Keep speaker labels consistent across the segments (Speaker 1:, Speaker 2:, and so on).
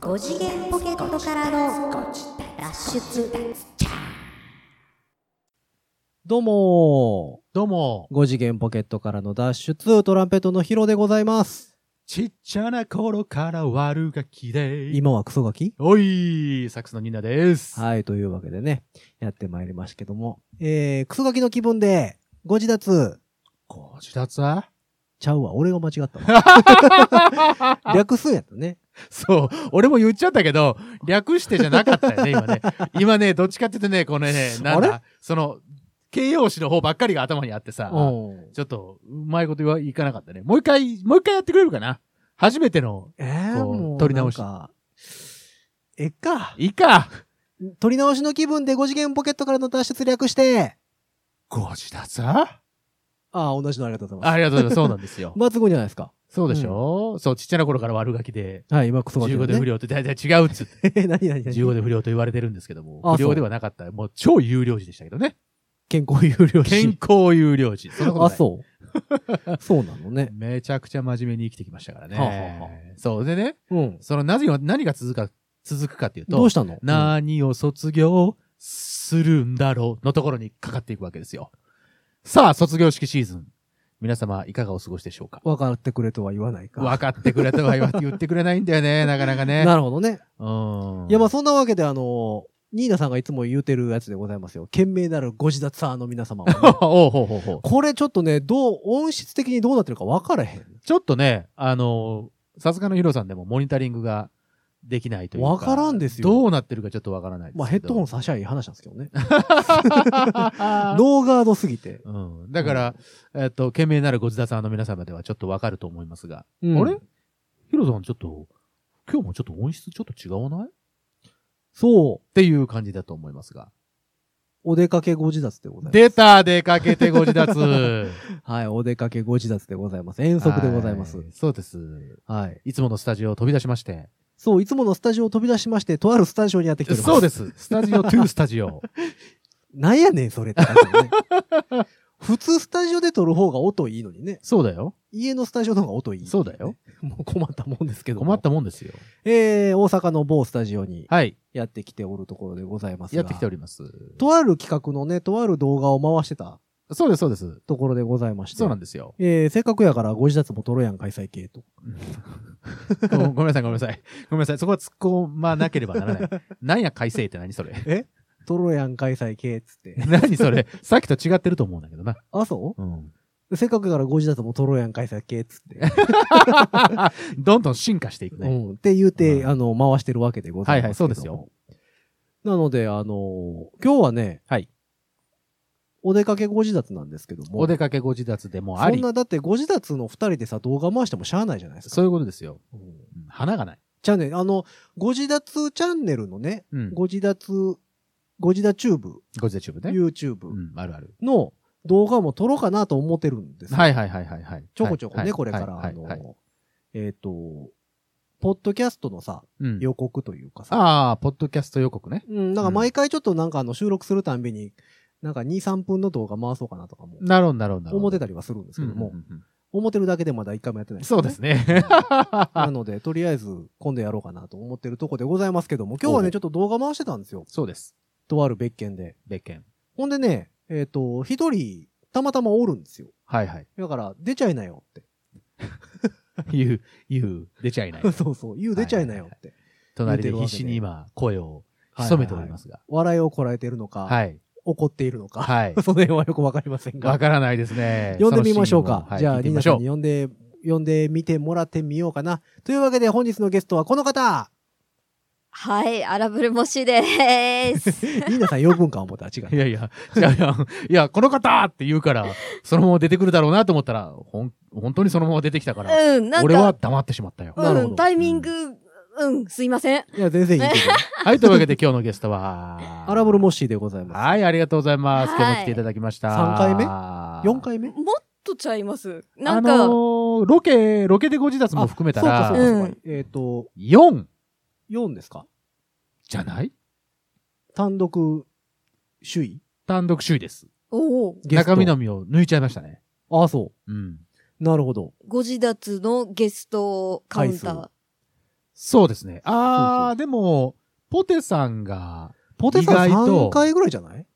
Speaker 1: 5次元ポケットからの脱出
Speaker 2: どうも
Speaker 3: どうも、
Speaker 2: ー。5次元ポケットからの脱出、トランペットのヒロでございます。
Speaker 3: ちっちゃな頃から悪ガキで、
Speaker 2: 今はクソガキ
Speaker 3: おい、サックスのニーナです。
Speaker 2: はい、というわけでね、やってまいりましたけども。えー、クソガキの気分で、ご自立。
Speaker 3: ご自立は
Speaker 2: ちゃうわ、俺が間違ったわ。 略数やったね。
Speaker 3: そう、俺も言っちゃったけど、略してじゃなかったよね、今ね。今ね、どっちかって言ってね、このね、なん
Speaker 2: あ
Speaker 3: だ、その、形容詞の方ばっかりが頭にあってさ、
Speaker 2: うん。
Speaker 3: ちょっと、うまいこと言わ、いかなかったね。もう一回、もう一回やってくれるかな初めての、
Speaker 2: えー、
Speaker 3: こう
Speaker 2: もう。
Speaker 3: 撮り直し
Speaker 2: なんか。えっか。
Speaker 3: いいか
Speaker 2: 撮り直しの気分で5次元ポケットからの脱出略して。
Speaker 3: ご自立は
Speaker 2: ああ、同じのありがとうございます。
Speaker 3: ありがとうございます。そうなんで すよ。
Speaker 2: まあ、すごいじゃないですか。
Speaker 3: そうでしょ、そう、ちっちゃな頃から悪ガキで、
Speaker 2: はい、今クソガキ、ね。
Speaker 3: 15で不
Speaker 2: 良。
Speaker 3: 良って大体違うっつって
Speaker 2: え、 何何何
Speaker 3: 15で不良と言われてるんですけど
Speaker 2: あ
Speaker 3: も、不良ではなかった。もう超有料児でしたけ どね。
Speaker 2: 健康有料
Speaker 3: 健
Speaker 2: 士。
Speaker 3: 康有料児。そんなこと
Speaker 2: あ、
Speaker 3: ない。
Speaker 2: そう そうなのね。
Speaker 3: めちゃくちゃ真面目に生きてきましたからね。
Speaker 2: はあはあは
Speaker 3: そう。でね、
Speaker 2: うん。
Speaker 3: そのなぜ、何が続くか、続くかっていうと、
Speaker 2: どうしたのうん
Speaker 3: 何を卒業するんだろうのところにかかっていくわけですよ。さあ、卒業式シーズン。皆様、いかがお過ごしでしょうか
Speaker 2: 分かってくれとは言わないか。
Speaker 3: 分かってくれとは言わ言ってくれないんだよね、なかなかね。
Speaker 2: なるほどね。
Speaker 3: うん。
Speaker 2: いや、まあそんなわけで、あの、ニーナさんがいつも言うてるやつでございますよ。懸命なるご自立さの皆様 はね、
Speaker 3: おうほうほうほう。
Speaker 2: これちょっとね、どう、音質的にどうなってるか分からへん。
Speaker 3: ちょっとね、あのーさすがのヒロさんでもモニタリングができないというか。
Speaker 2: わからんですよ
Speaker 3: どうなってるかちょっとわからないですけど。
Speaker 2: まあヘッドホン差しゃいい話なんですけどね。ノ
Speaker 3: ン。
Speaker 2: ーガードすぎて。
Speaker 3: うん、だから、えっと、懸命なるご自さんの皆様ではちょっとわかると思いますが。
Speaker 2: うん
Speaker 3: あれヒロさんちょっと、今日もちょっと音質ちょっと違わないっ
Speaker 2: そう。
Speaker 3: ていう感じだと思いますが。
Speaker 2: お出かけご自立でございます。
Speaker 3: 出た出かけてご 自立
Speaker 2: はい、お出かけご自立でございます。遠足でございます
Speaker 3: は。そうです。
Speaker 2: はい。
Speaker 3: いつものスタジオを飛び出しまして。
Speaker 2: そう、いつものスタジオを飛び出しまして、とあるスタジオにやってきております。。
Speaker 3: そうですす。スタジオ2スタジオ。
Speaker 2: なんやねん、それって感じだね。 普通スタジオで撮る方が音いいのにね。
Speaker 3: そうだよ。
Speaker 2: 家のスタジオの方が音いい、
Speaker 3: そうだよ。。
Speaker 2: もう困ったもんですけども。
Speaker 3: 困ったもんですよ。
Speaker 2: えー、大阪の某スタジオに
Speaker 3: はい。
Speaker 2: やってきておるところでございますが。
Speaker 3: やってきております。
Speaker 2: とある企画のね、とある動画を回してた
Speaker 3: そうです、そうです。
Speaker 2: ところでございまして。
Speaker 3: そうなん
Speaker 2: ん
Speaker 3: ですよ。
Speaker 2: えー、せっかくやからご自立も撮ろうやん、開催系と。
Speaker 3: ごごめんなさい、ごめんなさい。ごめんなさい。そこは突っ込まなければならない。 なんや、改正って何それ。
Speaker 2: 撮ろうやん、開催系っつって。
Speaker 3: 何それ。さっきと違ってると思うんだけどな。
Speaker 2: あ、そ
Speaker 3: うん。
Speaker 2: うせっかくやからご自立も撮ろうやん、開催系っつって。
Speaker 3: どんどん進化していく
Speaker 2: う
Speaker 3: ね。
Speaker 2: ん。って言うて、
Speaker 3: うん
Speaker 2: あの、回してるわけでございますけども。
Speaker 3: はいはいそうですよ。
Speaker 2: なので、あのー今日はね、
Speaker 3: はい。
Speaker 2: お出かけご自立なんですけども。
Speaker 3: お出かけご自立でもあ
Speaker 2: そん
Speaker 3: り。
Speaker 2: な、だってご自立の二人でさ、動画回してもしゃあないじゃないですか。
Speaker 3: そういうことですよ。
Speaker 2: うん
Speaker 3: うん花がない。
Speaker 2: じゃあね、あの、ご自立チャンネルのね、
Speaker 3: うん。
Speaker 2: ご自立、ご自立チューブ、
Speaker 3: ご自立チューブね。う
Speaker 2: YouTube
Speaker 3: ん、あるある。
Speaker 2: の動画も撮ろうかなと思ってるんですよ
Speaker 3: はいはいはいはいはい。
Speaker 2: ちょこちょこね、
Speaker 3: はい
Speaker 2: これから、
Speaker 3: はい
Speaker 2: あの、
Speaker 3: はいはい
Speaker 2: えっ、と、ポッドキャストのさ、
Speaker 3: うん
Speaker 2: 予告というかさ、
Speaker 3: ああ、ポッドキャスト予告ね。
Speaker 2: うん、なんか毎回ちょっとなんかあの収録するたんびに、なんか2、3分の動画回そうかなとかも、
Speaker 3: なるほど、なるほどなるほど。
Speaker 2: 思って
Speaker 3: で
Speaker 2: たりはするんですけども、
Speaker 3: うんうん
Speaker 2: 思ってるだけでまだ1回もやってない、
Speaker 3: うんそうです
Speaker 2: ね。
Speaker 3: ね。
Speaker 2: なので、とりあえず今度やろうかなと思ってるとこでございますけども、今日は
Speaker 3: お
Speaker 2: ね、
Speaker 3: う
Speaker 2: ちょっと動画回してたんですよ。
Speaker 3: そうです。
Speaker 2: とある別件で。
Speaker 3: 別件。
Speaker 2: ほんでね、えっ、と、一人、たまたまおるんですよ。
Speaker 3: はいはい。
Speaker 2: だから、出ちゃいなよって。
Speaker 3: 言う、言う、出ちゃい ない。
Speaker 2: そうそう、言う出ちゃいなよって。
Speaker 3: 隣で必死に今、声を潜めておりますが。
Speaker 2: 笑いをこらえてるのか、
Speaker 3: はい。
Speaker 2: 怒っているのか、
Speaker 3: はい。
Speaker 2: その辺はよくわかりません
Speaker 3: わ
Speaker 2: が。
Speaker 3: からないですね。
Speaker 2: 呼んでみましょう
Speaker 3: その
Speaker 2: か
Speaker 3: シーンも。はい
Speaker 2: じゃ
Speaker 3: 聞
Speaker 2: あ、
Speaker 3: いて
Speaker 2: ニー
Speaker 3: みま
Speaker 2: ナ
Speaker 3: し
Speaker 2: さん
Speaker 3: ょ
Speaker 2: に
Speaker 3: う。
Speaker 2: 呼んで、呼んでみてもらってみようかな。というわけで、本日のゲストはこの 方
Speaker 1: はい、アラブルモシです。
Speaker 2: ニーナさん呼ぶんか思ったら違。
Speaker 3: いうやいや、いやいや、いや、この方って言うから、そのまま出てくるだろうなと思ったら、ほん、本当にそのまま出てきたから、
Speaker 1: うん、なんか、
Speaker 3: 俺は黙ってしまっ たよ。
Speaker 2: なるほ
Speaker 1: う
Speaker 2: ど
Speaker 1: ん、タイミング、うん、すいません。
Speaker 2: いや、全然いいけ ど。
Speaker 3: はい、というわけで今日のゲストは、
Speaker 2: アラブルモッシーでございます。
Speaker 3: はい、ありがとうございます。今日も
Speaker 1: はい
Speaker 3: 来ていただきました。
Speaker 2: 三回目4
Speaker 3: ?4
Speaker 2: 回目
Speaker 1: もっとちゃいます。なん
Speaker 3: あ
Speaker 1: か、
Speaker 3: のーロケ、ロケでご自立も含めた
Speaker 2: あそうか、
Speaker 3: ら、
Speaker 2: そうか、そうか。えっと、
Speaker 3: 4
Speaker 2: 4ですか
Speaker 3: じゃない
Speaker 2: 単独首位
Speaker 3: 単独首位です。
Speaker 1: おお、
Speaker 2: ゲスト
Speaker 3: 中身の身を抜いちゃいましたね。
Speaker 2: ああ、そ
Speaker 3: うん。
Speaker 2: う。なるほど。
Speaker 1: ご自立のゲストカウンタ
Speaker 2: 回
Speaker 1: ー。
Speaker 3: そうですね。あー、
Speaker 2: そ
Speaker 3: でも、ポテさんが、
Speaker 2: ポテサラ
Speaker 3: 意外と
Speaker 2: 3回ぐらいじゃない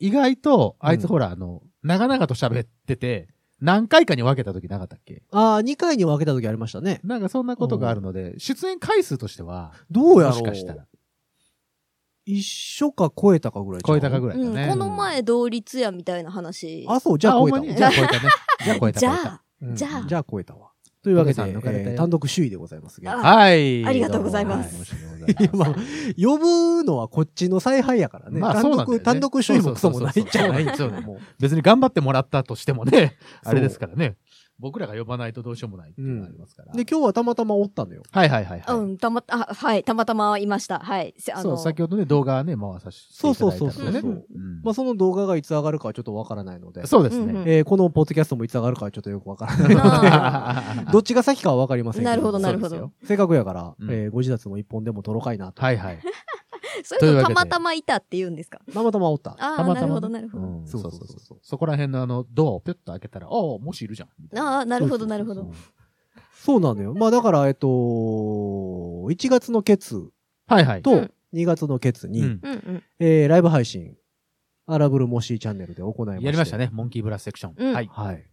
Speaker 3: 意外と、あいうつ
Speaker 2: ん
Speaker 3: ほら、あの、長々と喋ってて、何回かに分けた時なかったっけ
Speaker 2: ああ、2回に分けた時ありましたね。
Speaker 3: なんかそんなことがあるので、出演回数としては、
Speaker 2: どうやろう
Speaker 3: もしかしたら、
Speaker 2: 一緒か超えたかぐらいじゃん
Speaker 3: 超えたかぐらいだ
Speaker 1: う
Speaker 3: ね。
Speaker 1: ん、この前同率やみたいな話。
Speaker 2: あ、そう、じゃあ
Speaker 3: ほ
Speaker 2: 超
Speaker 3: ん
Speaker 2: えた
Speaker 3: ま
Speaker 2: わ
Speaker 3: にじゃあ超えたね。 じゃあ超えた。
Speaker 1: じゃ
Speaker 3: 超えた
Speaker 1: あ、
Speaker 2: うん
Speaker 1: じゃあ
Speaker 2: じゃあ超えたわ。というわけで、
Speaker 3: ポテさん抜かれたよ
Speaker 2: えー単独首位でございますけど。
Speaker 1: あ。
Speaker 3: はい
Speaker 1: ありがとうございます
Speaker 3: どうも。はい申し訳ございません
Speaker 2: 呼ぶのはこっちの采配やからね。
Speaker 3: まあ
Speaker 2: 単
Speaker 3: そうなんだ
Speaker 2: 独、
Speaker 3: よね
Speaker 2: 単独首位もクソもないじゃない
Speaker 3: そうそうそうそう
Speaker 2: もう
Speaker 3: 別に頑張ってもらったとしてもね、
Speaker 2: そう
Speaker 3: あれですからね。僕らが呼ばないとどうしようもないっていうのがありますから。
Speaker 2: で、今日はたまたまおったのよ。
Speaker 3: はいはいはいはい。
Speaker 1: うん、たまた、あはい、たまたまいました。はい。せあ
Speaker 3: そう、
Speaker 1: の
Speaker 3: 先ほどね、動画ね、回させていただいたので
Speaker 2: そ
Speaker 3: ね。
Speaker 2: うそうそう
Speaker 1: そう
Speaker 3: うん
Speaker 2: まあ、その動画がいつ上がるかはちょっとわからないので。
Speaker 3: そうですね。
Speaker 1: うんうん
Speaker 2: えーこのポッドキャストもいつ上がるかはちょっとよくわから な い。
Speaker 1: なあ
Speaker 2: どっちが先かはわかりませんけ
Speaker 1: なるほど、なるほ
Speaker 3: そうで
Speaker 1: ど。
Speaker 2: せっかくやから、
Speaker 3: うん
Speaker 2: えーご自宅も一本でも撮ろうかいなと。
Speaker 3: はいはい。
Speaker 1: そういう
Speaker 3: というわ
Speaker 1: の
Speaker 3: け
Speaker 1: たま
Speaker 3: で
Speaker 1: たまいたって言うんですか
Speaker 2: たまたまおった。
Speaker 1: あ
Speaker 3: た
Speaker 1: あ、
Speaker 3: ま
Speaker 1: な
Speaker 3: た
Speaker 1: るほ
Speaker 3: まね
Speaker 1: ど、なるほど。
Speaker 3: うん
Speaker 2: そ
Speaker 3: そうう
Speaker 2: そ
Speaker 3: そ
Speaker 2: そ
Speaker 3: ううそううそう。そこら辺のあの、ドアをぴょっと開けたら、おお、もしいるじゃん。みたいな
Speaker 1: ああ、なるほど、なるほ
Speaker 3: そう
Speaker 1: ど
Speaker 3: そう。そう
Speaker 2: そうなのよ。まあだから、えっと、1月のケツ
Speaker 3: そうはいはい。
Speaker 1: う
Speaker 2: と
Speaker 1: ん
Speaker 2: 2月のケツに、
Speaker 3: うん
Speaker 1: うんうん。
Speaker 2: えーライブ配信、アラブルモシーチャンネルで行いました。
Speaker 3: やりました。ね、モンキーブラスセクショ
Speaker 1: う
Speaker 3: ン。
Speaker 1: ん
Speaker 3: はい。
Speaker 2: はい。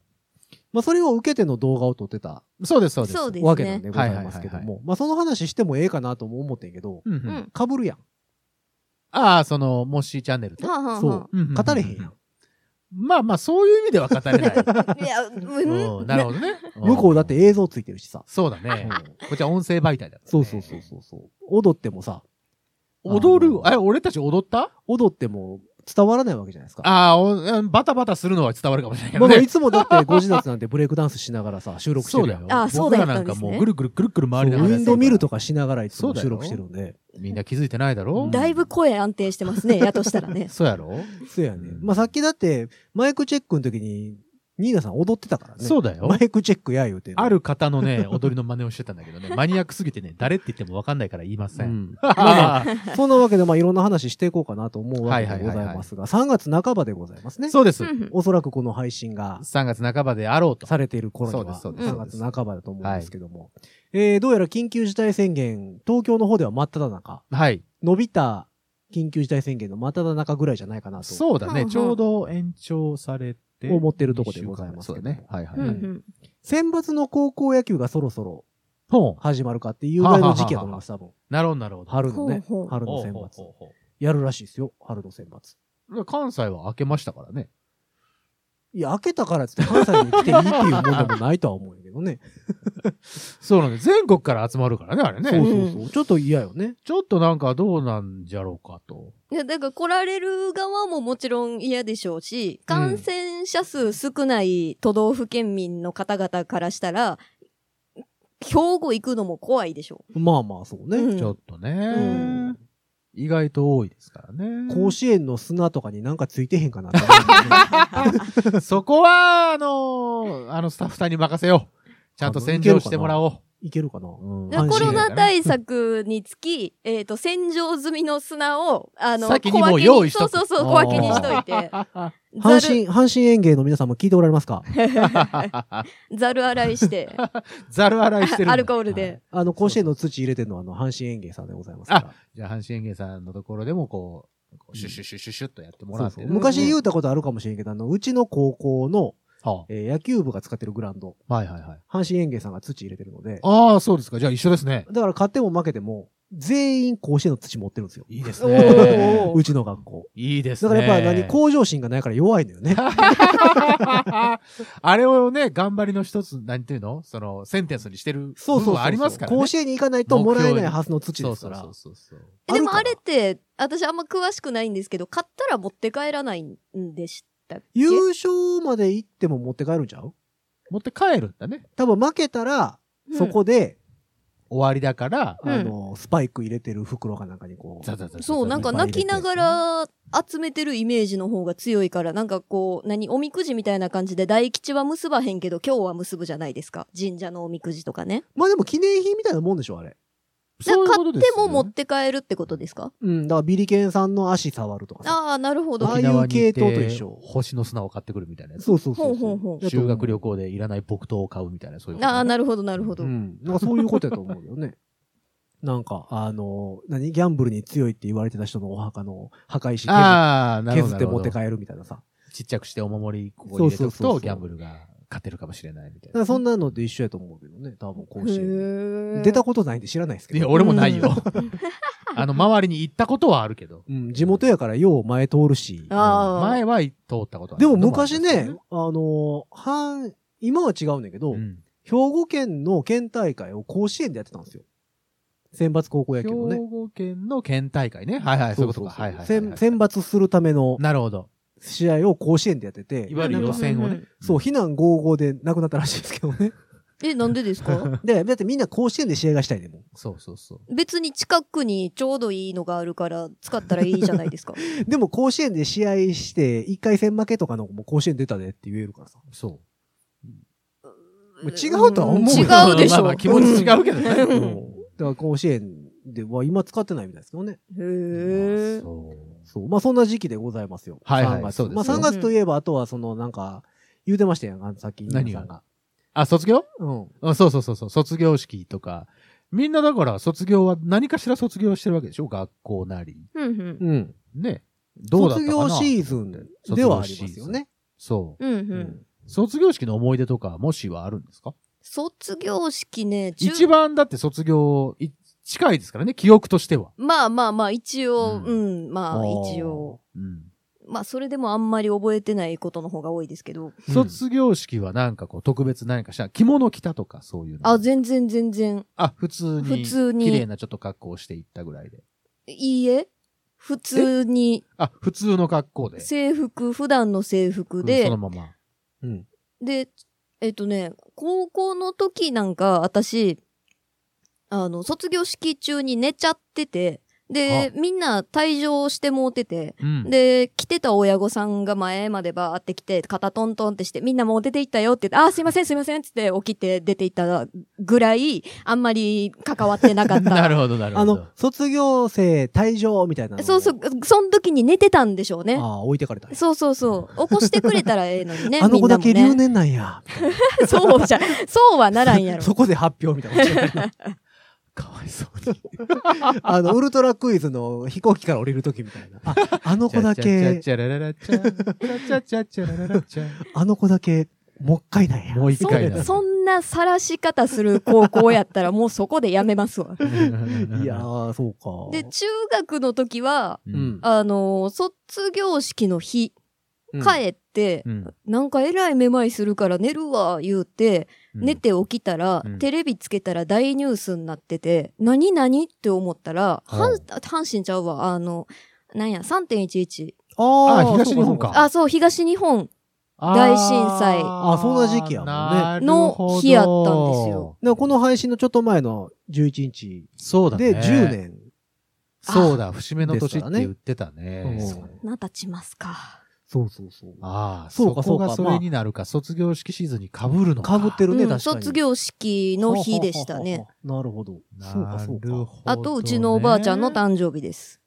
Speaker 2: まあそれを受けての動画を撮ってた
Speaker 3: そうです、そうです。
Speaker 1: そうですね
Speaker 2: わけなんでございますけど
Speaker 3: はいはい
Speaker 2: も、まあその話してもええかなとも思ってんけど、
Speaker 3: うんうん
Speaker 1: うん
Speaker 2: かぶるやん。
Speaker 3: ああ、その、モッシーチャンネルと。
Speaker 1: はあ、はあ、
Speaker 2: そう
Speaker 1: は
Speaker 3: うんうんうん
Speaker 2: 語れへんやん。
Speaker 3: まあまあ、そういう意味では語れない。
Speaker 1: あ。いや、うん。
Speaker 3: うんなるほどね。
Speaker 2: 向こうだって
Speaker 3: ん
Speaker 2: 映像ついてるしさ。
Speaker 3: そうだね。こっちは音声媒体だからね。
Speaker 2: そうそうそうそうそう。踊ってもさ、
Speaker 3: 踊る
Speaker 2: あの
Speaker 3: え、俺たち踊った
Speaker 2: 踊っても伝わらないわけじゃないですか。
Speaker 3: ああお、うんバタバタするのは伝わるかもしれないけ
Speaker 2: ま
Speaker 3: ど
Speaker 2: あまあ
Speaker 3: ね
Speaker 2: い。つもだってご自宅なんてブレイクダンスしながらさ、収録してるやん。
Speaker 1: あそうだ
Speaker 3: 僕
Speaker 1: よ
Speaker 3: らなんかも
Speaker 1: そう
Speaker 3: う
Speaker 1: ですね
Speaker 3: ぐるぐるぐるぐる
Speaker 2: そ
Speaker 3: 回
Speaker 2: う
Speaker 3: り
Speaker 2: ウ
Speaker 3: ながら
Speaker 2: ィ
Speaker 3: やっ
Speaker 2: ン
Speaker 3: てるから。
Speaker 2: ドミルとかしながらいつ
Speaker 3: そ
Speaker 2: も
Speaker 3: うだよ
Speaker 2: 収録してるんで。
Speaker 3: みんな気づいてないだろ
Speaker 1: だいぶ声安定して ますね。やとしたらね。
Speaker 3: そうやろ
Speaker 2: そうやね
Speaker 3: う。ん
Speaker 2: まあさっきだって、マイクチェックの時に、ニーナさん踊ってたからね。
Speaker 3: そうだよ
Speaker 2: マ。イクチェックや言うてんの。
Speaker 3: ある方のね、 踊りの真似をしてたんだけどね、マニアックすぎてね、誰って言ってもわかんないから言いませ。
Speaker 2: うんん。まあまあ、そんなわけで、まあいろんな話していこうかなと思うわけでございますが、3月半ばでございますね。
Speaker 3: そうです
Speaker 1: う。ん
Speaker 2: おそらくこの配信が
Speaker 3: 3月半ばであろうと。
Speaker 2: されている頃には、
Speaker 3: そうです
Speaker 1: そう
Speaker 2: 3
Speaker 3: です
Speaker 2: 月半ばだと思うんですけども、えーどうやら緊急事態宣言、東京の方では真っ只中、
Speaker 3: はい。
Speaker 2: 伸びた緊急事態宣言の真っ只中ぐらいじゃないかなと。
Speaker 3: そうだ
Speaker 1: うんう
Speaker 3: ね。
Speaker 1: ん
Speaker 3: ちょうど延長されて。
Speaker 2: 思ってるとこでございますけ
Speaker 3: そ
Speaker 2: ど
Speaker 3: うだね。はいはい
Speaker 1: うんう
Speaker 3: はい。
Speaker 1: ん。
Speaker 2: 選抜の高校野球がそろそろ
Speaker 3: ほう。
Speaker 2: 始まるかっていうぐらいの時期やと思います、多分。
Speaker 3: なるほどなるほど。
Speaker 2: 春のね
Speaker 1: ほうほう。
Speaker 2: 春
Speaker 3: ほ
Speaker 2: の
Speaker 3: う
Speaker 2: 選
Speaker 3: ほう
Speaker 2: 抜。
Speaker 3: ほうほう
Speaker 2: やるらしいですよ、春の選抜。
Speaker 3: 関西は明けましたからね。
Speaker 2: いや、開けたからっつって関西に来ていいっていうもんでもないとは思うんやけどね。
Speaker 3: そうなんで全国から集まるからね、あれ
Speaker 2: そう
Speaker 3: ね。
Speaker 2: そうそう。ちょっと嫌よね。
Speaker 3: ちょっとなんかどうなんじゃろうかと。
Speaker 1: いや、だから来られる側ももちろん嫌でしょうし、感染者数少ない都道府県民の方々からしたら、兵庫行くのも怖いでしょ
Speaker 2: まあまあ、そう
Speaker 1: う。う
Speaker 2: ね。
Speaker 1: ん
Speaker 3: ちょっとね、
Speaker 1: ん
Speaker 3: 意外と多いですからね。
Speaker 2: 甲子園の砂とかになんかついてへんかなって思うんだけど ね
Speaker 3: そこは、あのーあのスタッフさんに任せよう。ちゃんと洗浄してもらおう。
Speaker 2: いけるかな、うん
Speaker 1: だからコ
Speaker 2: 阪
Speaker 1: ロ
Speaker 2: 神
Speaker 1: ナ対策につき、えっと、洗浄済みの砂を、あの、
Speaker 3: 先に
Speaker 1: 小分け
Speaker 3: もう用意しと
Speaker 1: そう
Speaker 3: く
Speaker 1: そうそう、小分けにしといて。ざる
Speaker 2: 阪神、阪神園芸の皆さんも聞いておられますか
Speaker 1: ざる洗い して、
Speaker 3: ざる洗いしてるんだ。
Speaker 1: アルコール
Speaker 3: はい
Speaker 1: で。
Speaker 2: あの、甲子園の土入れてるのは、あの、阪神園芸さんでございますから。
Speaker 3: じゃあ、阪神園芸さんのところでもこう、こうシュッシュッシュッシュッシュッとやっても
Speaker 2: そう
Speaker 3: らって
Speaker 2: そ
Speaker 3: ね、
Speaker 2: う昔言うたことあるかもしれんけど、あの、うちの高校の、
Speaker 3: は
Speaker 2: えー野球部が使ってるグラウンド、
Speaker 3: あはいはいはい。
Speaker 2: 阪神園芸さんが土入れてるので、
Speaker 3: ああ、そうですか。じゃあ一緒ですね。
Speaker 2: だから勝っても負けても、全員甲子園の土持ってるんですよ。
Speaker 3: いいです
Speaker 1: お
Speaker 3: ね。
Speaker 1: ー
Speaker 2: うちの学校。
Speaker 3: いいです
Speaker 2: だ
Speaker 3: ね。
Speaker 2: からやっぱ何、向上心がないから弱いのよね。
Speaker 3: あれをね、頑張りの一つ、何ていうのその、センテンスにしてる
Speaker 2: そ
Speaker 3: 部
Speaker 2: うそう
Speaker 3: 分
Speaker 2: そう。
Speaker 3: はありますからね。
Speaker 2: 甲子園に行かないともらえないはずの土
Speaker 3: そ
Speaker 2: で
Speaker 3: う
Speaker 2: すか
Speaker 3: そ
Speaker 2: ら。
Speaker 3: うそうそう。
Speaker 1: えでもあれ
Speaker 2: るか
Speaker 1: って、私あんま詳しくないんですけど、買ったら持って帰らないんでしたっけ
Speaker 2: 優勝まで行っても持って帰るんちゃう
Speaker 3: 持って帰るんだね。
Speaker 2: 多分負けたら、そ、こで、
Speaker 3: 終わりだから、
Speaker 1: うん
Speaker 2: あの、スパイク入れてる袋かなんかにこう、
Speaker 3: ザザザ
Speaker 1: う
Speaker 3: ザ
Speaker 1: んそう、なんか泣きながら集めてるイメージの方が強いから、なんかこう、何、おみくじみたいな感じで大吉は結ばへんけど、今日は結ぶじゃないですか。神社のおみくじとかね。
Speaker 2: まあでも記念品みたいなもんでしょ、あれ。
Speaker 1: だから買っても持
Speaker 3: も
Speaker 1: って帰るってことですか
Speaker 2: うん、だからビリケンさんの足触るとかさ。
Speaker 1: ああ、なるほど。
Speaker 2: ああいう系統と一緒
Speaker 3: 星の砂を買ってくるみたいなやつ。
Speaker 2: そうそうそう
Speaker 1: ほ
Speaker 2: そう
Speaker 1: ほうほう
Speaker 2: だと思
Speaker 3: 修学旅行でいらない木刀を買うみたいな、そういうことね
Speaker 1: ああ、なるほど、なるほど。
Speaker 2: うん。なんかそういうことやと思うよね。 なんか、あの、何ギャンブルに強いって言われてた人のお墓の墓石削
Speaker 3: ああ、なるほど。
Speaker 2: 削って持って帰
Speaker 3: なる
Speaker 2: るみたいなさ。
Speaker 3: ほどちっちゃくしてお守りここに入れ
Speaker 2: そ
Speaker 3: と
Speaker 2: う
Speaker 3: く
Speaker 2: そうそうそ
Speaker 3: と、
Speaker 2: う
Speaker 3: ギャンブルが勝てるかもしれないみたい
Speaker 2: だか
Speaker 3: な。
Speaker 2: らそんなのと一緒やと思うけどね、多分甲子園。
Speaker 1: へ
Speaker 2: 出たことないんで知らないですけ
Speaker 3: いや、
Speaker 2: ど。
Speaker 3: 俺もな いよ。あの、周りに行ったことはあるけど。
Speaker 2: うん、地元やからよう前通るし。
Speaker 1: ああ。
Speaker 3: 前は通ったことは
Speaker 2: でも昔
Speaker 1: で
Speaker 2: ね
Speaker 1: も、
Speaker 2: あの、半、今は違うんだけど、
Speaker 3: うん
Speaker 2: 兵庫県の県大会を甲子園でやってたんですよ。選抜高校野
Speaker 3: 兵
Speaker 2: 球のね。
Speaker 3: 庫県の県大会ね。はいはい、そういうことか。はいはいはい
Speaker 2: 選選抜するための
Speaker 3: なるほど。
Speaker 2: 試合を甲子園でやってて
Speaker 3: い、わゆる予選をね。
Speaker 2: そう、避難合合で亡くなったらしいですけど ね。
Speaker 1: え、なんでですか
Speaker 2: で、だってみんな甲子園で試合がしたいでもん。
Speaker 3: そうそうそう。
Speaker 1: 別に近くにちょうどいいのがあるから使ったらいいじゃない ですか。
Speaker 2: でも甲子園で試合して、一回戦負けとかの子も甲子園出たでって言えるからさ。
Speaker 3: そう。
Speaker 2: まあ違うとは思うよ
Speaker 1: 違うでし
Speaker 3: まあ
Speaker 1: ょ。
Speaker 3: まあ気持ち違うけどね
Speaker 2: うん
Speaker 1: うん
Speaker 2: だから甲子園では今使ってないみたいですけどね。
Speaker 1: へえ。
Speaker 3: そう
Speaker 2: そう。まあそんな時期でございますよ。
Speaker 3: はいはい
Speaker 2: 3月
Speaker 3: そうです
Speaker 2: まあ3月といえば、あとはそのなんか、言うてましたやん、あのさっき。
Speaker 3: 何
Speaker 2: 皆
Speaker 3: が
Speaker 2: さんが。
Speaker 3: あ、卒業
Speaker 2: うん。
Speaker 3: あそうそうそうそう。卒業式とか。みんなだから卒業は何かしら卒業してるわけでしょ学校なり。
Speaker 1: うん
Speaker 2: うん。
Speaker 3: ね。どうだった
Speaker 2: 卒
Speaker 3: か
Speaker 2: 業
Speaker 3: な
Speaker 2: シーズンではありますよね。
Speaker 3: そ
Speaker 1: うん。うん
Speaker 2: う
Speaker 1: うん。
Speaker 2: ん
Speaker 3: う。卒業式の思い出とか、もしはあるんですか
Speaker 1: 卒業式ね、中
Speaker 3: 一番だって卒業い近いですからね、記憶としては。
Speaker 1: まあまあまあ、一応、
Speaker 3: う
Speaker 1: うん、まあ
Speaker 2: おー
Speaker 1: 一応。
Speaker 3: うん。
Speaker 1: まあそれでもあんまり覚えてないことの方が多いですけど。
Speaker 2: うん
Speaker 3: 卒業式はなんかこう特別何かした着物着たとかそういうの。
Speaker 1: あ、全然全然。
Speaker 3: あ普通
Speaker 1: 普
Speaker 3: に。
Speaker 1: 通に
Speaker 3: 綺麗なちょっと格好をしていったぐらいで。
Speaker 1: いいえ。普通に、
Speaker 3: あ、普通の格好で。
Speaker 1: 制服、普段の制服
Speaker 3: うん
Speaker 1: で
Speaker 3: その、まま。
Speaker 2: うん。
Speaker 1: で、えっとね、高校の時なんか、私、あの、卒業式中に寝ちゃってて、で、みんな退場してもうてて、
Speaker 3: うん。
Speaker 1: で、来てた親御さんが前までバーって来て、肩トントンってして、みんなもう出て行ったよって言って、あー、すいません、すいませんっつって起きて出て行ったぐらい、あんまり関わってな かった。
Speaker 3: なるほど、なる
Speaker 2: あ
Speaker 3: ほど。
Speaker 2: の、卒業生退場みたいなのを
Speaker 1: そうそう、その時に寝てたんでしょうね。
Speaker 2: ああ、置いてかれた。
Speaker 1: そうそうそう。起こしてくれたらええのにね。
Speaker 2: あの子だけ
Speaker 1: みんな
Speaker 2: 留
Speaker 1: もね。
Speaker 2: 年なんや。
Speaker 1: そうじゃ、そうはならんやろ。
Speaker 2: そこで発表みたい な。
Speaker 3: かわいそうに。
Speaker 2: あの、ウルトラクイズの飛行機から降りるときみたいな。あ、あの子だけ、
Speaker 3: チャチャチャラララチャ。チャチャチャラララチャ。
Speaker 2: あの子だけ、もう一回なんや。
Speaker 3: もう一
Speaker 1: そ
Speaker 3: 回だ。
Speaker 1: そんな晒し方する高校やったらもうそこでやめます わ。
Speaker 2: いやー、そうか。
Speaker 1: で、中学の時は、
Speaker 3: う
Speaker 2: うんん。
Speaker 1: あのー卒業式の日、
Speaker 2: うん
Speaker 1: 帰って、
Speaker 3: うん。
Speaker 1: なんかえらいめまいするから寝るわ、言うて、寝て起きたら、
Speaker 3: うん
Speaker 1: テレビつけたら大ニュースになってて、何何って思ったら、
Speaker 3: ほう
Speaker 1: 阪阪神ちゃうわ、あの、なんや、3.11。
Speaker 2: あ
Speaker 3: あ
Speaker 2: あ、
Speaker 3: 東日本か
Speaker 1: あ、そう、東日本大震災
Speaker 2: あそんな時期やもんね
Speaker 3: なるほど
Speaker 1: の日やったんですよ。
Speaker 2: だからこの配信のちょっと前の11日
Speaker 3: そうだね。
Speaker 2: で10。年。
Speaker 3: そうだ、節目の
Speaker 2: です
Speaker 3: 年っ
Speaker 2: か
Speaker 3: て
Speaker 2: らね
Speaker 3: 言ってた
Speaker 2: うん
Speaker 3: ね。
Speaker 1: なたちますか。
Speaker 2: そうそうそう。
Speaker 3: ああ、
Speaker 2: そ
Speaker 3: そう
Speaker 2: か
Speaker 3: こが
Speaker 2: そう
Speaker 3: そ
Speaker 2: か
Speaker 3: れになるか、卒業式シーズンに被るの
Speaker 2: か
Speaker 3: か。
Speaker 2: ぶってるね、
Speaker 1: うん
Speaker 2: 確かに。
Speaker 1: 卒業式の日でした
Speaker 2: は
Speaker 1: ね。
Speaker 2: ははは。なるほど。そうか、そうか。
Speaker 3: なるほどね
Speaker 1: あと、うちのおばあちゃんの誕生日です。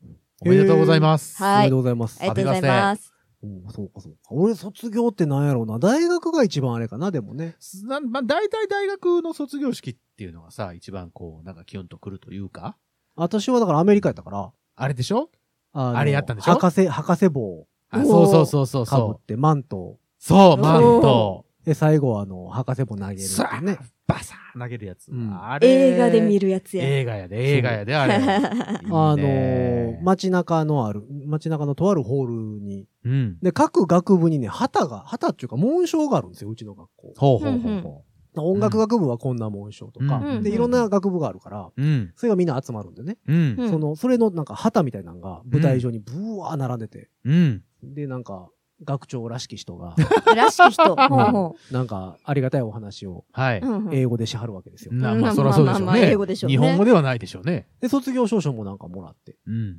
Speaker 3: おめでとうございます。
Speaker 1: は
Speaker 2: お
Speaker 1: い
Speaker 2: めでとうございます
Speaker 1: あ。りがとうございます。
Speaker 2: うんそうか、そうか。俺、卒業ってなんやろうな。大学が一番あれかな、でもね。
Speaker 3: なまあ、大体大学の卒業式っていうのがさ、一番こう、なんかキュンとくるというか、
Speaker 2: 私はだからアメリカやったから。
Speaker 3: あれでしょ
Speaker 2: あの
Speaker 3: あれやったんでしょ
Speaker 2: 博士、博士帽を
Speaker 3: あ
Speaker 1: おー
Speaker 3: そうそうそうそう
Speaker 2: かぶ
Speaker 3: そ
Speaker 2: って、マント。
Speaker 3: う。そう、マント。
Speaker 2: で、最後はあの、博士帽投げるっていうね。
Speaker 3: バサーン投げるやつ。
Speaker 2: うん
Speaker 3: あれ
Speaker 1: 映画で見るやつや。
Speaker 3: 映画やで、映画やで、あれ。いいね
Speaker 2: あのー、街中のある、街中のとあるホールに、
Speaker 3: うん。
Speaker 2: で、各学部にね、旗が、旗っていうか、紋章があるんですよ、うちの学校。
Speaker 3: ほうほうほうほ
Speaker 2: 音楽学部はこんな紋章とか、
Speaker 3: うん
Speaker 2: で、いろんな学部があるから、
Speaker 3: う。うん。
Speaker 2: それがみんな集まるんでね。
Speaker 3: うん
Speaker 1: う。ん
Speaker 2: その、それのなんか旗みたいなのが、舞台上にブワー並んでて、
Speaker 3: うん。
Speaker 2: で、なんか、学長らしき人 が、
Speaker 1: らしき人。ほうほ
Speaker 2: なんか、ありがたいお話を
Speaker 3: はいう
Speaker 1: う。んうん
Speaker 2: 英語でしはるわけですよ。
Speaker 3: な
Speaker 1: うん
Speaker 3: まあ、そらそうでしょ
Speaker 1: まあまあま
Speaker 3: う
Speaker 1: あ
Speaker 3: ね。
Speaker 1: 英語でしょうね
Speaker 3: 日本語ではないでしょうね。
Speaker 2: で、卒業証書もなんかもらって。
Speaker 3: うん。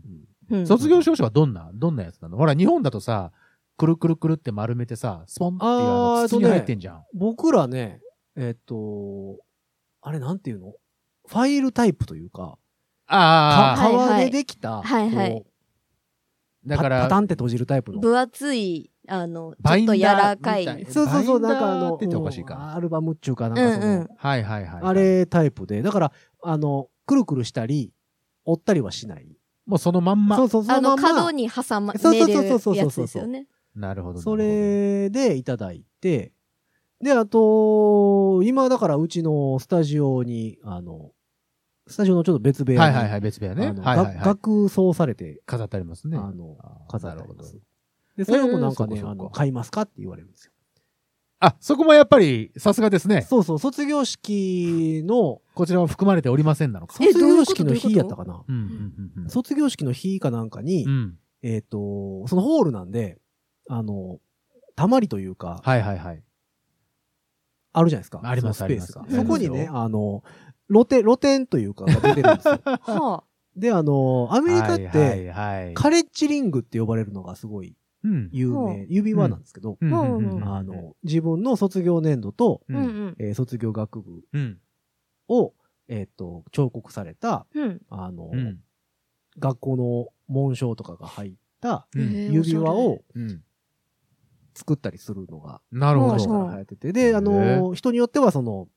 Speaker 1: うん
Speaker 3: 卒業証書はどんな、どんなやつなのほら、日本だとさ、くるくるくるって丸めてさ、スポンっていうあ
Speaker 2: あ
Speaker 3: の
Speaker 2: ー
Speaker 3: 筒に入ってんじゃん。
Speaker 2: 僕らね、えっと、あれなんていうのファイルタイプというか、か
Speaker 3: ああ、
Speaker 2: 革でできた、
Speaker 1: はいはい
Speaker 2: こう
Speaker 3: だか
Speaker 2: パパタ
Speaker 3: ら、
Speaker 2: ンって閉じるタイプの。
Speaker 1: 分厚い、あの、ちょ
Speaker 3: バイ
Speaker 1: っ
Speaker 3: ンダ
Speaker 1: と
Speaker 3: ー
Speaker 1: 柔らかい。
Speaker 3: みたいな
Speaker 2: そうそうそう、
Speaker 3: バイ
Speaker 2: なん
Speaker 3: ンダー
Speaker 2: かあの、
Speaker 3: って言っておかしいか
Speaker 2: うんアルバムっちゅうか、なんかその、
Speaker 1: うんうん
Speaker 3: はいはいはい。
Speaker 2: あれタイプで、だから、あの、くるくるしたり、折ったりはしない。
Speaker 3: もうそのまんま
Speaker 2: そ。うそう、
Speaker 1: あの、
Speaker 2: そのまんま
Speaker 1: 角。に挟まれ
Speaker 2: そうそう
Speaker 1: る
Speaker 2: そうそうそう
Speaker 1: やつですよね。
Speaker 3: なるほど。
Speaker 2: それでいただいて、で、あと、今だからうちのスタジオに、あの、スタジオのちょっと別部
Speaker 3: なるほど。
Speaker 2: 屋
Speaker 3: は
Speaker 2: に、
Speaker 3: いはいはい、別部屋ね。
Speaker 2: あの
Speaker 3: はいはい
Speaker 2: が
Speaker 3: はい。
Speaker 2: 額装されて、
Speaker 3: 飾ってありますね。
Speaker 2: あの
Speaker 3: あー
Speaker 2: 飾って
Speaker 3: な
Speaker 2: あ
Speaker 3: る
Speaker 2: り
Speaker 3: ほ
Speaker 2: ま
Speaker 3: ど
Speaker 2: す。で、それもなんか
Speaker 3: うん
Speaker 2: ね、
Speaker 3: そう
Speaker 2: あ
Speaker 3: かそうか
Speaker 2: の、買いますかって言われるんですよ。
Speaker 3: あ、そこもやっぱり、さすがですね。
Speaker 2: そうそう、卒業式の、
Speaker 3: こちらは含まれておりませんなのか。
Speaker 1: え
Speaker 2: 卒業式の日やったかな。
Speaker 3: うんうんうんうん。
Speaker 2: 卒業式の日かなんかに、
Speaker 3: うん。
Speaker 2: えっ、と、そのホールなんで、あの、たまりというか、
Speaker 3: はいはいはい。
Speaker 2: あるじゃないですか。
Speaker 3: あります
Speaker 2: そのスペース
Speaker 3: あ
Speaker 2: が
Speaker 3: り。ます
Speaker 2: そこに
Speaker 3: あり
Speaker 2: ね
Speaker 3: ま、
Speaker 2: あの、露店、露店というかが出てるん ですよ。
Speaker 1: は
Speaker 2: で、あの、アメリカっ
Speaker 3: はいはい
Speaker 2: て、
Speaker 3: はい。
Speaker 2: カレッジリングって呼ばれるのがすごい
Speaker 3: うん
Speaker 2: 有
Speaker 1: ほ
Speaker 2: 名
Speaker 1: う、
Speaker 2: 指輪なんですけど、
Speaker 3: うんうん
Speaker 1: うん
Speaker 3: うん
Speaker 2: あの、自分の卒業年度と、
Speaker 1: あ。
Speaker 3: う
Speaker 1: うん
Speaker 3: ん
Speaker 1: うん。
Speaker 2: えー卒業学部
Speaker 3: うん。
Speaker 2: を、えっ、と、彫刻された、
Speaker 1: うん。
Speaker 2: あの、
Speaker 3: うん
Speaker 2: 学校の紋章とかが入った
Speaker 3: うん
Speaker 1: えー
Speaker 2: 指輪を、
Speaker 3: うん
Speaker 2: 作ったりするのが、
Speaker 3: なるほ
Speaker 2: 昔
Speaker 1: そ
Speaker 2: か
Speaker 1: う
Speaker 3: ど。
Speaker 2: ら流行ってて、で、あの、人によってはその、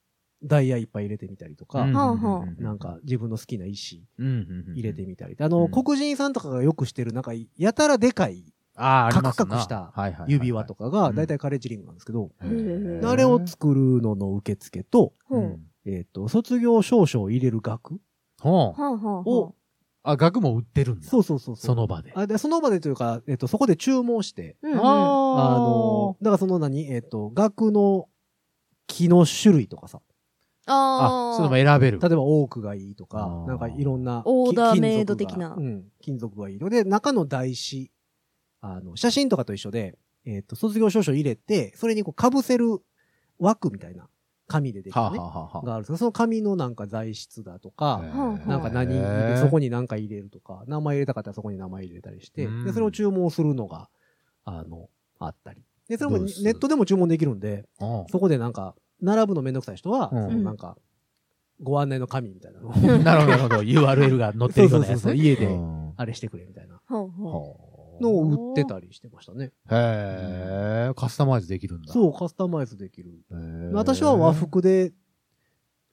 Speaker 2: ダイヤいっぱい入れてみたりとか、
Speaker 3: うん
Speaker 1: はあはあ
Speaker 2: なん、か自分の好きな石
Speaker 3: うんうんうん
Speaker 2: 入れてみたり。あの、
Speaker 3: うん
Speaker 2: 黒人さんとかがよくしてる、なんか、やたらでかい
Speaker 3: あーあります
Speaker 2: カ
Speaker 3: な
Speaker 2: クカクした
Speaker 3: はいはいはいはい
Speaker 2: 指輪とかが、
Speaker 3: うん
Speaker 2: だいたいカレッジリングなんですけど、
Speaker 3: へー
Speaker 1: うん
Speaker 2: あれを作るのの受付と、
Speaker 1: ほ
Speaker 3: う
Speaker 1: う。
Speaker 3: ん
Speaker 2: えっと、卒業証書を入れる額
Speaker 3: ほう
Speaker 1: はあはあは
Speaker 2: を、
Speaker 3: あ、額も売ってるんだ。
Speaker 2: そうそうそう。
Speaker 3: その場で。
Speaker 2: あでその場でというか、えっと、そこで注文して、
Speaker 1: あ。うんうん
Speaker 2: あの、だからその何、えっと、額の木の種類とかさ、
Speaker 1: あ
Speaker 3: あ
Speaker 1: あ。
Speaker 3: そういうのも選べる。
Speaker 2: 例えばオークがいいと
Speaker 3: あ
Speaker 2: か
Speaker 3: ー、
Speaker 2: なんかいろんな。
Speaker 1: オーダー
Speaker 2: き
Speaker 1: メイド的な
Speaker 2: 金属がうん。金属がいいので、中の台紙、あの、写真とかと一緒で、えっ、と、卒業証書入れて、それにこう被せる枠みたいな、紙ででき
Speaker 3: はあ
Speaker 2: た
Speaker 3: は
Speaker 2: ね。
Speaker 3: あはあは
Speaker 2: があるんですけどその紙のなんか材質だと
Speaker 3: あ
Speaker 2: か、
Speaker 1: はあ
Speaker 2: なんか何入れて、そこに何か入れるとか、名前入れたかったらそこに名前入れたりして、
Speaker 3: うん
Speaker 2: で、それを注文するのが、あの、あったり。で、それも
Speaker 3: どう
Speaker 2: ネ
Speaker 3: する
Speaker 2: ットでも注文できるんで、
Speaker 3: うん
Speaker 2: そこでなんか、並ぶのめんどくさい人は、
Speaker 3: うん
Speaker 2: そのなんか、ご案内の紙みたいなのを、
Speaker 3: なるほど、なるほど。URL が載ってるようなやつ
Speaker 2: そうそうそうそう
Speaker 3: ね。
Speaker 2: 家で
Speaker 3: うん
Speaker 2: あれしてくれみたいな
Speaker 1: ほうほ
Speaker 3: ほう
Speaker 2: のを売ってたりしてましたね。
Speaker 3: へえ、カスタマイズできるんだ。
Speaker 2: そう、カスタマイズできる。
Speaker 3: へー
Speaker 2: 私は和。服で、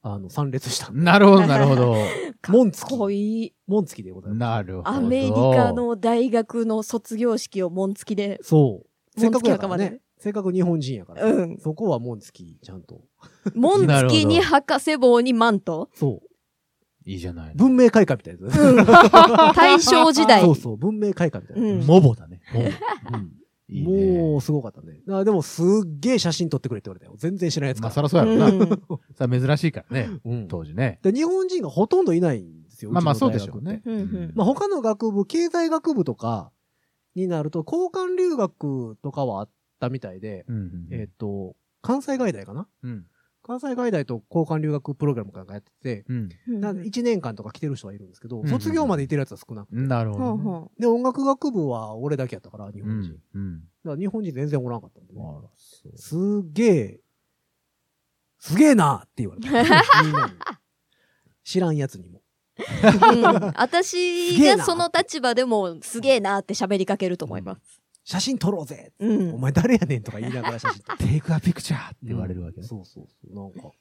Speaker 2: あの、参列した。
Speaker 3: なるほど、なるほど。
Speaker 1: か
Speaker 2: 門付
Speaker 1: う。かっこ
Speaker 2: き。
Speaker 1: いい。
Speaker 2: 門付きでございま
Speaker 3: なるほど。
Speaker 1: アメリカ。の大学の卒業式を門付きで。
Speaker 2: す。そう。せっ
Speaker 1: 門
Speaker 2: か
Speaker 1: 付
Speaker 2: く
Speaker 1: き
Speaker 2: や
Speaker 1: だ
Speaker 2: か
Speaker 1: からら
Speaker 2: ね
Speaker 1: ね。
Speaker 2: せっかく日本人やから。
Speaker 1: うん
Speaker 2: そこは門付き、ちゃんと。
Speaker 1: 門
Speaker 3: なる
Speaker 1: 付
Speaker 3: ほど
Speaker 1: きに博士帽にマント。
Speaker 2: そう。
Speaker 3: いいじゃないの。
Speaker 2: 文明開化みたいなやつ。
Speaker 1: 大正時代
Speaker 2: そ。うそう、文明開化みたいな。
Speaker 1: うん
Speaker 3: モボだね。モボ
Speaker 2: うん
Speaker 3: いいね
Speaker 2: もう、すごかったね。あでも、すっげえ写真撮ってくれって言われたよ。全然知らないやつ
Speaker 3: ま
Speaker 2: か
Speaker 3: あ、
Speaker 2: ら。
Speaker 3: そらそうやろ
Speaker 1: う
Speaker 3: な。
Speaker 1: ん
Speaker 3: さあ、珍しいからね。
Speaker 2: うん
Speaker 3: 当時ね。
Speaker 2: で日本人がほとんどいないんですよ。
Speaker 3: まあまあ、
Speaker 2: ち
Speaker 3: そ
Speaker 2: の
Speaker 3: う
Speaker 2: 大
Speaker 3: で
Speaker 2: 学
Speaker 3: しょう
Speaker 2: って
Speaker 3: ね。
Speaker 1: うんうん
Speaker 2: まあ、他の学部、経済学部とかになると、交換留学とかはあったみたいで、
Speaker 3: うんうん
Speaker 2: えっ、と、関西外大かな
Speaker 3: うん
Speaker 2: 関西外大と交換留学プログラムかなんかやってて、
Speaker 3: うん
Speaker 2: な1年間とか来てる人はいるんですけど、
Speaker 3: うん
Speaker 2: 卒業まで行ってるやつは少なくて。
Speaker 3: なるほ
Speaker 1: ほ
Speaker 3: ど
Speaker 1: う
Speaker 3: ね。
Speaker 1: ほ
Speaker 2: で、音楽学部は俺だけやったから、日
Speaker 3: う
Speaker 2: 本人。
Speaker 3: ん。うん。
Speaker 2: だから日本人全然おらんかったんで
Speaker 3: あ
Speaker 2: ね。
Speaker 3: ら、そう。
Speaker 2: すげえ、すげえなって言われ た。みんなに。知らんやつにも。
Speaker 1: ううん
Speaker 2: す
Speaker 1: 私
Speaker 2: げえ
Speaker 1: が
Speaker 2: な
Speaker 1: その立場でもすげえなって喋りかけると思います。
Speaker 2: 写真撮ろうぜ
Speaker 1: うん
Speaker 2: お前誰やねんとか言いながら写真撮って。
Speaker 3: テイクアピクチャーって 言われるわけ
Speaker 2: うん
Speaker 3: ね。
Speaker 2: そうそうそう。なんか、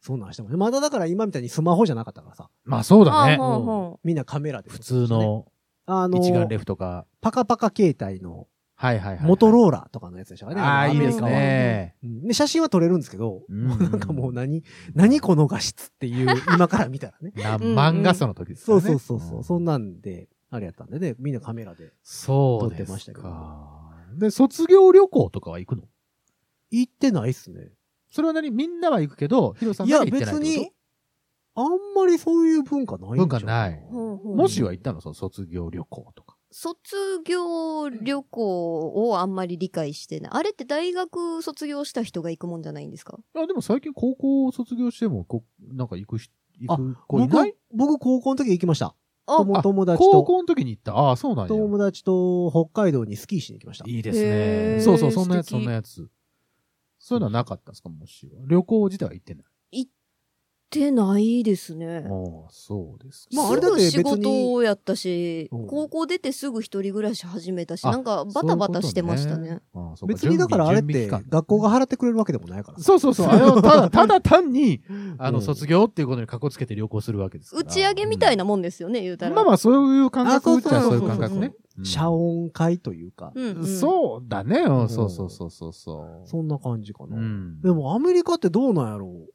Speaker 2: そんなんしてもまだだから今みたいにスマホじゃなかったからさ。
Speaker 3: まあ、そうだね
Speaker 1: あ。あうんうん
Speaker 2: みんなカメラで。
Speaker 3: 普通。の
Speaker 2: あの、
Speaker 3: 一眼レフとか。
Speaker 2: パカパカ携帯の
Speaker 3: はいはいはい。
Speaker 2: モトローラとかのやつでしたからね。
Speaker 3: ああ、
Speaker 2: の
Speaker 3: いいで
Speaker 2: アメリ
Speaker 3: す
Speaker 2: カは
Speaker 3: ね。
Speaker 2: うんで、写真は撮れるんですけど、
Speaker 3: うん。
Speaker 2: もうなんかもう何、何この画質っていう、今から見たらね
Speaker 3: な、
Speaker 1: んうん
Speaker 3: 漫画その時ですか
Speaker 2: そ
Speaker 3: ら
Speaker 2: う
Speaker 3: ね。
Speaker 2: そうそうそう。
Speaker 3: ん
Speaker 2: そんなんで、あれやったんでね、みんなカメラで
Speaker 3: そう
Speaker 2: 撮
Speaker 3: で
Speaker 2: ってまし
Speaker 3: す
Speaker 2: たけど
Speaker 3: か。で、卒業旅行とかは行くの
Speaker 2: 行ってないっすね。
Speaker 3: それは何みんなは行くけど、ヒロさん
Speaker 2: い
Speaker 3: だ
Speaker 2: や、
Speaker 3: け行ってない
Speaker 2: 別
Speaker 3: って
Speaker 2: に
Speaker 3: こ、
Speaker 2: あんまりそういう文化ないん
Speaker 3: と
Speaker 2: ちゃう
Speaker 3: 文化ない。
Speaker 1: ほうほう
Speaker 3: もしは行ったのその卒業旅行とか。
Speaker 1: 卒業旅行をあんまり理解してない。あれって大学卒業した人が行くもんじゃないんですか
Speaker 3: あ、でも最近高校を卒業しても、こなんか行くし、行
Speaker 2: あ
Speaker 3: く子い
Speaker 2: 僕
Speaker 3: ない
Speaker 2: 僕、高校の時行きました。
Speaker 1: あ
Speaker 2: 友
Speaker 3: あ
Speaker 2: 友達
Speaker 3: 高
Speaker 2: と、
Speaker 3: 校の時に行った。ああ、そうなんや。
Speaker 2: 友達と北海道にスキーしに行きました。
Speaker 3: いいで
Speaker 1: へー
Speaker 3: そうそう、そんなやつ、
Speaker 1: 素
Speaker 3: そ
Speaker 1: 敵
Speaker 3: んなやつ。そういうのはなかったんですかもしは。旅行自体は行ってない。
Speaker 1: てないですね。
Speaker 3: ああ、そうですか。
Speaker 2: まああれだ
Speaker 1: す
Speaker 2: って
Speaker 1: ぐ
Speaker 2: 別
Speaker 1: 仕
Speaker 2: に
Speaker 1: 事をやったし、
Speaker 2: うん
Speaker 1: 高校出てすぐ一人暮らし始めたし、
Speaker 3: あ
Speaker 1: なんかバタバタしてましたね。。
Speaker 3: ああそうか
Speaker 2: 別にだからあれっ
Speaker 3: 準
Speaker 2: て
Speaker 3: 備期間
Speaker 2: 学校が払ってくれるわけでもないから。
Speaker 3: そうそうそう。あれをただ、ただ単に、あの、
Speaker 2: うん
Speaker 3: 卒業っていうことに格好つけて旅行するわけですから。
Speaker 1: 打ち上げみたいなもんですよね、言うたら。
Speaker 3: まあまあ、そういう感
Speaker 2: あそ
Speaker 3: 覚
Speaker 2: う
Speaker 3: っち
Speaker 2: そう
Speaker 3: ゃ
Speaker 2: そう
Speaker 3: そういう感覚ね。うん
Speaker 2: 謝恩会というか、
Speaker 1: うんうん、
Speaker 3: そうだね。うん
Speaker 2: うん
Speaker 3: そうそうそうそうそう。
Speaker 2: そんな感じかな。
Speaker 3: うん
Speaker 2: で、もアメリカってどうなんやろ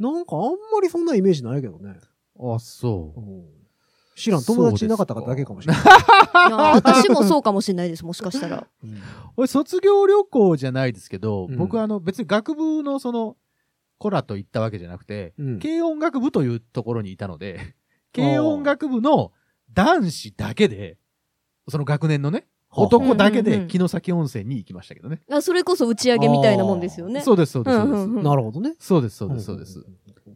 Speaker 2: うなんかあんまりそんなイメージないけどね。
Speaker 3: あ、そうう。
Speaker 2: ん知らん、友達いなかったかだけかもしれない。
Speaker 1: いや私もそうかもしれないです、もしかしたら。
Speaker 2: うん
Speaker 3: 俺、卒業旅行じゃないですけど、
Speaker 2: うん
Speaker 3: 僕、あの、別に学部のその、コラと行ったわけじゃなくて、
Speaker 2: うん
Speaker 3: 軽音楽部というところにいた ので、軽音楽部の男子だけで、その学年のね、男だけ
Speaker 1: うんうんう
Speaker 3: で
Speaker 1: ん
Speaker 3: 城崎温泉に行きましたけどね。
Speaker 1: あそれこそ打ち上げみたいなもんですよね。
Speaker 3: そうです、そうです、そううんで
Speaker 1: うん
Speaker 3: す。
Speaker 1: うん
Speaker 2: なるほどね。
Speaker 3: そうです、そうです、そうです。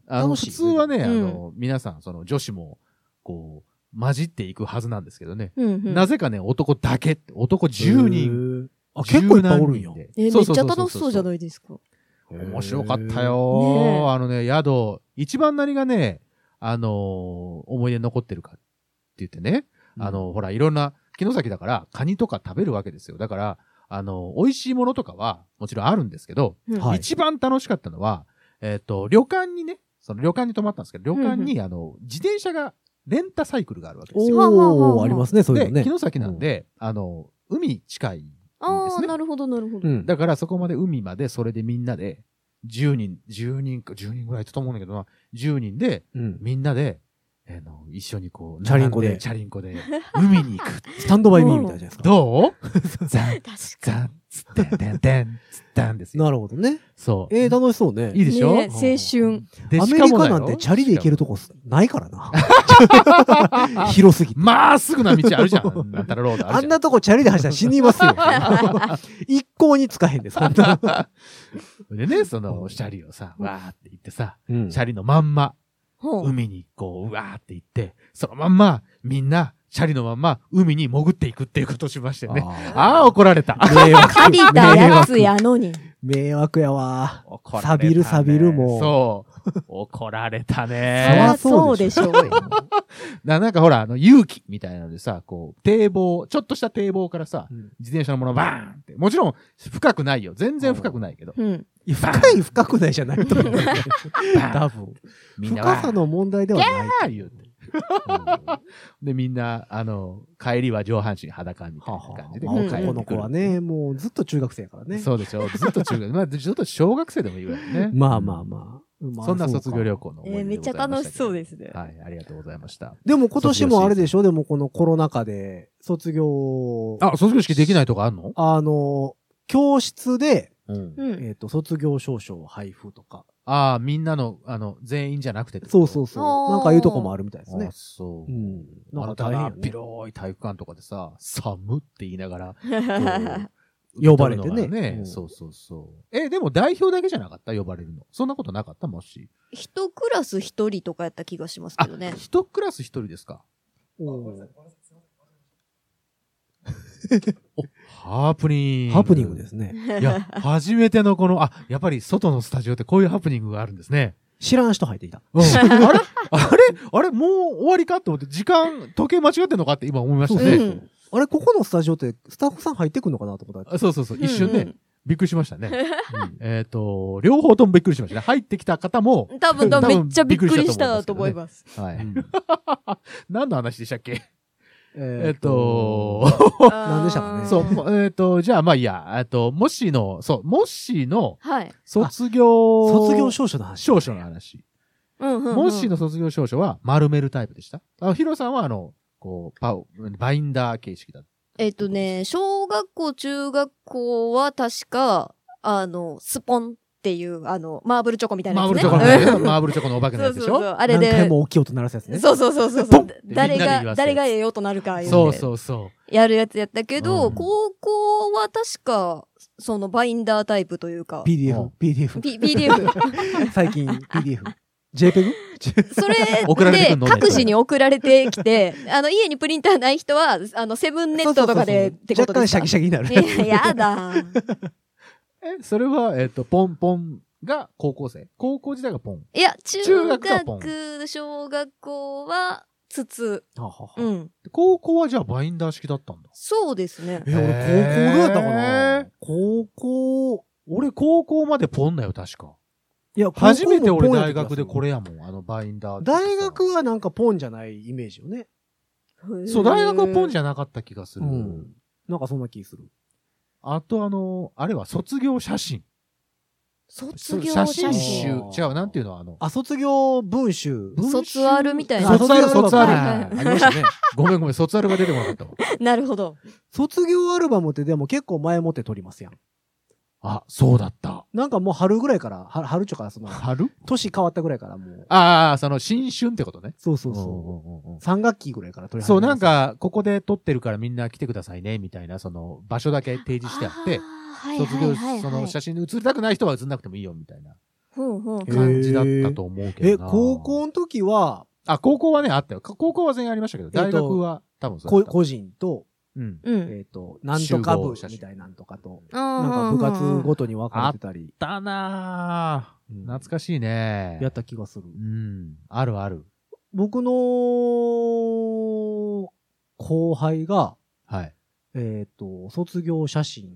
Speaker 3: あの、
Speaker 2: 楽しい
Speaker 3: 普
Speaker 2: です
Speaker 3: 通
Speaker 2: ね
Speaker 3: はね、あの、皆さん、その女子も、こう、混じっていくはずなんですけどね。
Speaker 1: うんうん
Speaker 3: なぜかね、男だけって、男10人。
Speaker 2: 人。あ、結構いっぱいおるんや。
Speaker 1: えめっちゃ楽しそうじゃ
Speaker 3: い
Speaker 1: ないですか。
Speaker 3: 面白かった
Speaker 2: へー。
Speaker 3: よ、
Speaker 1: ねえ
Speaker 3: あのね、宿、一番何がね、あのー思い出に残ってるかって言ってね、あの、ほら、いろんな、木の先だから、カニとか食べるわけですよ。だから、あの美味しいものとかは、もちろんあるんですけど、
Speaker 1: うん
Speaker 2: はい
Speaker 3: 一番楽しかったのは、えっ、と、旅館にね、その旅館に泊まったんですけど、旅館に、あの、自転車が、レンタサイクルがあるわけですよ。
Speaker 1: はあはあは
Speaker 2: お
Speaker 1: あ
Speaker 2: ー、ありますね、そういうの
Speaker 3: で、
Speaker 2: ね
Speaker 3: 木。の先なんで、あの、海近いんで
Speaker 1: あ
Speaker 3: す
Speaker 1: あ、
Speaker 3: ね
Speaker 1: な。るほど、なるほど。
Speaker 2: うん
Speaker 3: だからそこまで海までそれでみんなで、10人、10人か、10人ぐらいだと思うんだけどな、10人で、
Speaker 2: うん
Speaker 3: みんなで、あの、一緒にこう、
Speaker 2: チャリンコで
Speaker 3: 並んチャリンコで、海に行く。
Speaker 2: スタンドバイミーみたいじゃないですか。
Speaker 3: どう ザン、
Speaker 1: 確
Speaker 3: ザン、ツッタン、テン、テン、ツッタンで すよ。
Speaker 2: なるほどね。
Speaker 3: そう。
Speaker 2: えー、楽しそうね。
Speaker 3: いいでしょ
Speaker 1: ねえ青春。
Speaker 3: で
Speaker 2: アメ
Speaker 3: し
Speaker 2: リ
Speaker 3: かも
Speaker 2: カ
Speaker 3: だ
Speaker 2: な
Speaker 3: よ
Speaker 2: んてチャリで行けるとこないからな。広すぎて。
Speaker 3: まっすぐな道あるじ ゃん。なんたらロードあ
Speaker 2: あん
Speaker 3: るじゃん。
Speaker 2: なとこチャリで走ったら死にますよ。 一向につかへんで、そんな。
Speaker 3: でね、その、シャリをさ、わーって行ってさ、
Speaker 2: うん
Speaker 3: シャリのまんま、
Speaker 1: ほう
Speaker 3: 海にこう、うわーって行って、そのまんま、みんな、シャリのまんま、海に潜っていくっていうことをしましてね。ああー、怒ら れた。
Speaker 2: 迷惑。
Speaker 1: 借りたやつやのに。
Speaker 2: 迷惑やわ。
Speaker 3: 怒られたね
Speaker 2: 錆びる錆びるもう
Speaker 3: そう。怒られ
Speaker 1: そ
Speaker 3: た
Speaker 1: り
Speaker 3: ね
Speaker 1: ゃ。そうでしょうよ。
Speaker 3: ななんかほら、あの、勇気みたいなのでさ、こう、堤防、ちょっとした堤防からさ、
Speaker 2: うん
Speaker 3: 自転車のものバーンって。もちろん、深くないよ。全然深くないけど。
Speaker 1: うん。
Speaker 2: いや深い深くないじゃないと思う。多分。
Speaker 3: みんな
Speaker 2: 深さの問題ではない。
Speaker 3: ああ言うて。 で、みんな、あの、帰りは上半身裸みたいな感じで。
Speaker 2: まあ
Speaker 1: うん
Speaker 2: 男の子はね、もうずっと中学生やからね。
Speaker 3: そうでしょ。ずっと 中学、まあ、ずっと小学生でもいいわよね。
Speaker 2: まあまあままあ。
Speaker 3: そんな卒業旅
Speaker 2: 行。
Speaker 3: 行の
Speaker 1: え
Speaker 3: 思い出
Speaker 1: ーめ
Speaker 3: で
Speaker 1: っ
Speaker 3: ご
Speaker 1: ち
Speaker 3: ざ
Speaker 1: ゃ
Speaker 3: いま
Speaker 1: 楽
Speaker 3: た
Speaker 1: し
Speaker 3: けど
Speaker 1: そうですね。
Speaker 3: はい、ありがとうございました。
Speaker 2: でも今年もあれでしょでもこのコロナ禍で卒業、
Speaker 3: あ、卒業式できないとかあんの
Speaker 2: あの、教室で、
Speaker 3: うん
Speaker 1: うん。
Speaker 2: えっと、卒業証書を配布とか。
Speaker 3: ああ、みんなの、あの、全員じゃなくて。
Speaker 2: そうそうそ
Speaker 1: あ
Speaker 2: う。
Speaker 1: ー
Speaker 2: なんかいうとこもあるみたいです
Speaker 3: ね。
Speaker 2: ね
Speaker 3: あ。そうう。
Speaker 2: ん。
Speaker 3: あ
Speaker 2: なんか
Speaker 3: の
Speaker 2: 大
Speaker 3: た
Speaker 2: 変
Speaker 3: だ
Speaker 2: よ、ね。
Speaker 3: 広い体育館とかでさ、寒って言いながら、
Speaker 2: 呼ばれてねうん
Speaker 3: そうそうそう。え、でも代表だけじゃなかった呼ばれるの。そんなことなかったもし。
Speaker 1: 一クラス一人とかやった気がします
Speaker 3: あ
Speaker 1: けどね、。
Speaker 3: 一クラス一人ですか。
Speaker 2: うん
Speaker 3: ハープニング。
Speaker 2: ハプニングですね。
Speaker 3: いや、 初めてのこの、あ、やっぱり外のスタジオってこういうハプニングがあるんですね。
Speaker 2: 知らん人入ってきた。
Speaker 3: うんあれあれあれもう終わりかって思って、時間、時計間違ってんのかって今思いました
Speaker 1: そう
Speaker 3: ね。
Speaker 1: そう
Speaker 2: あれ、ここのスタジオってスタッフさん入ってくんのかなと思 ったら。
Speaker 3: あそうそうそう、一瞬ね、
Speaker 1: うん
Speaker 3: びっくりしましたね。えっと、両方ともびっくりしましたね。入ってきた方も
Speaker 1: う、ん。多分、多
Speaker 3: 多
Speaker 1: 分め
Speaker 3: 分
Speaker 1: っちゃびっくりしたと
Speaker 3: び
Speaker 1: 思
Speaker 3: っくり
Speaker 1: い
Speaker 3: し
Speaker 1: ます。
Speaker 3: はい。
Speaker 2: うん
Speaker 3: 何の話でしたっけえ
Speaker 2: え
Speaker 3: っ、と、
Speaker 2: 何でしたかね
Speaker 1: あー
Speaker 3: そう、もえっ、と、じゃあまあいいや、えっと、もしの、そう、もしの
Speaker 1: はい。
Speaker 3: 卒業、
Speaker 2: 卒業証書の話。
Speaker 3: 証書の話。
Speaker 1: うんうんうん
Speaker 3: もしの卒業証書は丸めるタイプでしたあ、ヒロさんはあの、こう、パウ、バインダー形式だった。
Speaker 1: えっとね、小学校、中学校は確か、あの、スポンっていう、あの、マーブルチョコみたいな
Speaker 3: マー
Speaker 1: やつ
Speaker 3: ブル
Speaker 1: ね。
Speaker 3: チョコの
Speaker 1: うん
Speaker 3: ね、 マーブルチョコのお化けの
Speaker 1: そ
Speaker 3: や
Speaker 1: う
Speaker 3: つ
Speaker 1: そ
Speaker 3: で
Speaker 1: う
Speaker 3: し
Speaker 1: そう。
Speaker 3: ょ
Speaker 1: あれ
Speaker 2: 何
Speaker 1: で
Speaker 2: 回、も大きい音鳴らすやつね。
Speaker 1: そうそうそうそう
Speaker 3: ポ
Speaker 1: そ
Speaker 3: ンっ
Speaker 1: う
Speaker 3: て。
Speaker 1: 誰
Speaker 3: みんなで言
Speaker 1: が、
Speaker 3: わせる
Speaker 1: 誰
Speaker 3: やつ
Speaker 1: がええよとなるか、
Speaker 3: そう
Speaker 1: う。
Speaker 3: そうそ
Speaker 1: やるやつやったけど、
Speaker 3: うん
Speaker 1: 高校は確か、そのバインダータイプというか、
Speaker 3: う
Speaker 2: PDF
Speaker 3: ん、
Speaker 2: PDF。
Speaker 1: P- PDF。
Speaker 2: 最近 PDF。JPEG?
Speaker 1: それ
Speaker 3: 送られてく
Speaker 1: で
Speaker 3: んの
Speaker 1: 各自に送られてきて、あの、家にプリンターない人は、あの、セブンネットとかでっ
Speaker 2: そうそうそう
Speaker 1: てことで
Speaker 2: 若干
Speaker 1: す
Speaker 2: シ
Speaker 1: か
Speaker 2: ャキシャキになる。
Speaker 1: いややだ。
Speaker 3: う。え、それは、えっ、と、ポンポンが高校生。高校時代がポン。
Speaker 1: いや、中
Speaker 3: 中
Speaker 1: 学、
Speaker 3: 学がポン
Speaker 1: 小学校は、つつ。
Speaker 2: ははは
Speaker 1: うん。
Speaker 3: 高校はじゃあバインダー式だったんだ。
Speaker 1: そうですね。
Speaker 2: え、俺高校どうやったかな
Speaker 3: へー
Speaker 2: 高校、
Speaker 3: 俺高校までポンだよ、確か。
Speaker 2: いや、
Speaker 3: 初めて俺大学でこ
Speaker 2: れ。
Speaker 3: れやもん、あのバインダー。
Speaker 2: 大学はなんかポンじゃないイメージよね。
Speaker 3: そう、大学はポンじ
Speaker 1: ゃ
Speaker 3: ゃなかった気がする。
Speaker 2: うんなんかそんな気する。
Speaker 3: あとあの、あれは卒業写真。
Speaker 1: 卒業
Speaker 3: 写
Speaker 1: 写
Speaker 3: 真
Speaker 1: 真
Speaker 3: 集。
Speaker 2: あー
Speaker 3: 違う、なんていうのあの。
Speaker 2: あ、卒業文集。
Speaker 3: 文集
Speaker 1: 卒アルみたい
Speaker 2: あ
Speaker 1: な。
Speaker 3: 卒アル、
Speaker 2: 卒
Speaker 3: 卒
Speaker 2: ア
Speaker 3: ア
Speaker 2: ル
Speaker 3: ル。
Speaker 1: はい
Speaker 3: ありましたね。ごめんごめん、卒アルが出てこなかったわ。
Speaker 1: なるほど。
Speaker 2: 卒業アルバムってでも結構前もって撮りますやん。
Speaker 3: あ、そうだった。
Speaker 2: なんかもう春ぐらいから、は春ちょからそ の、
Speaker 3: 春
Speaker 2: 年変わったぐらいからもう。
Speaker 3: ああ、その新春ってことね。
Speaker 2: そうそうそ
Speaker 3: んんんうん
Speaker 2: う。三学期ぐらいから撮り始め
Speaker 3: そう、なん
Speaker 2: か、
Speaker 3: か、ここで撮ってるからみんな来てくださいね、みたいな、その、場所だけ提示してあって、
Speaker 1: あー、
Speaker 3: 卒
Speaker 1: はい
Speaker 3: 業、
Speaker 1: はいはいはい
Speaker 3: その、写真に写りたくない人は写んなくてもいいよ、みたいな
Speaker 1: ほうほう
Speaker 2: へー
Speaker 3: 感じだったと思うけ
Speaker 2: え、
Speaker 3: どな。
Speaker 2: 高校の時は、
Speaker 3: あ、高校はね、あったよ。か高校は全員ありましたけど、
Speaker 2: えっと
Speaker 3: 大学は多分そう
Speaker 2: こ
Speaker 3: だった。
Speaker 2: 個人と、
Speaker 3: うん。
Speaker 1: うん。
Speaker 2: えっと、なんとか部
Speaker 3: 集合写真
Speaker 2: みたいなんとかと、なんか
Speaker 1: な
Speaker 2: 部活ごとに分かれてたり、
Speaker 3: だなぁ
Speaker 2: うん
Speaker 3: 懐かしいね。
Speaker 2: やった気がする。
Speaker 3: うん。あるある。
Speaker 2: 僕の、後輩が、
Speaker 3: はい。
Speaker 2: えっと、卒業写真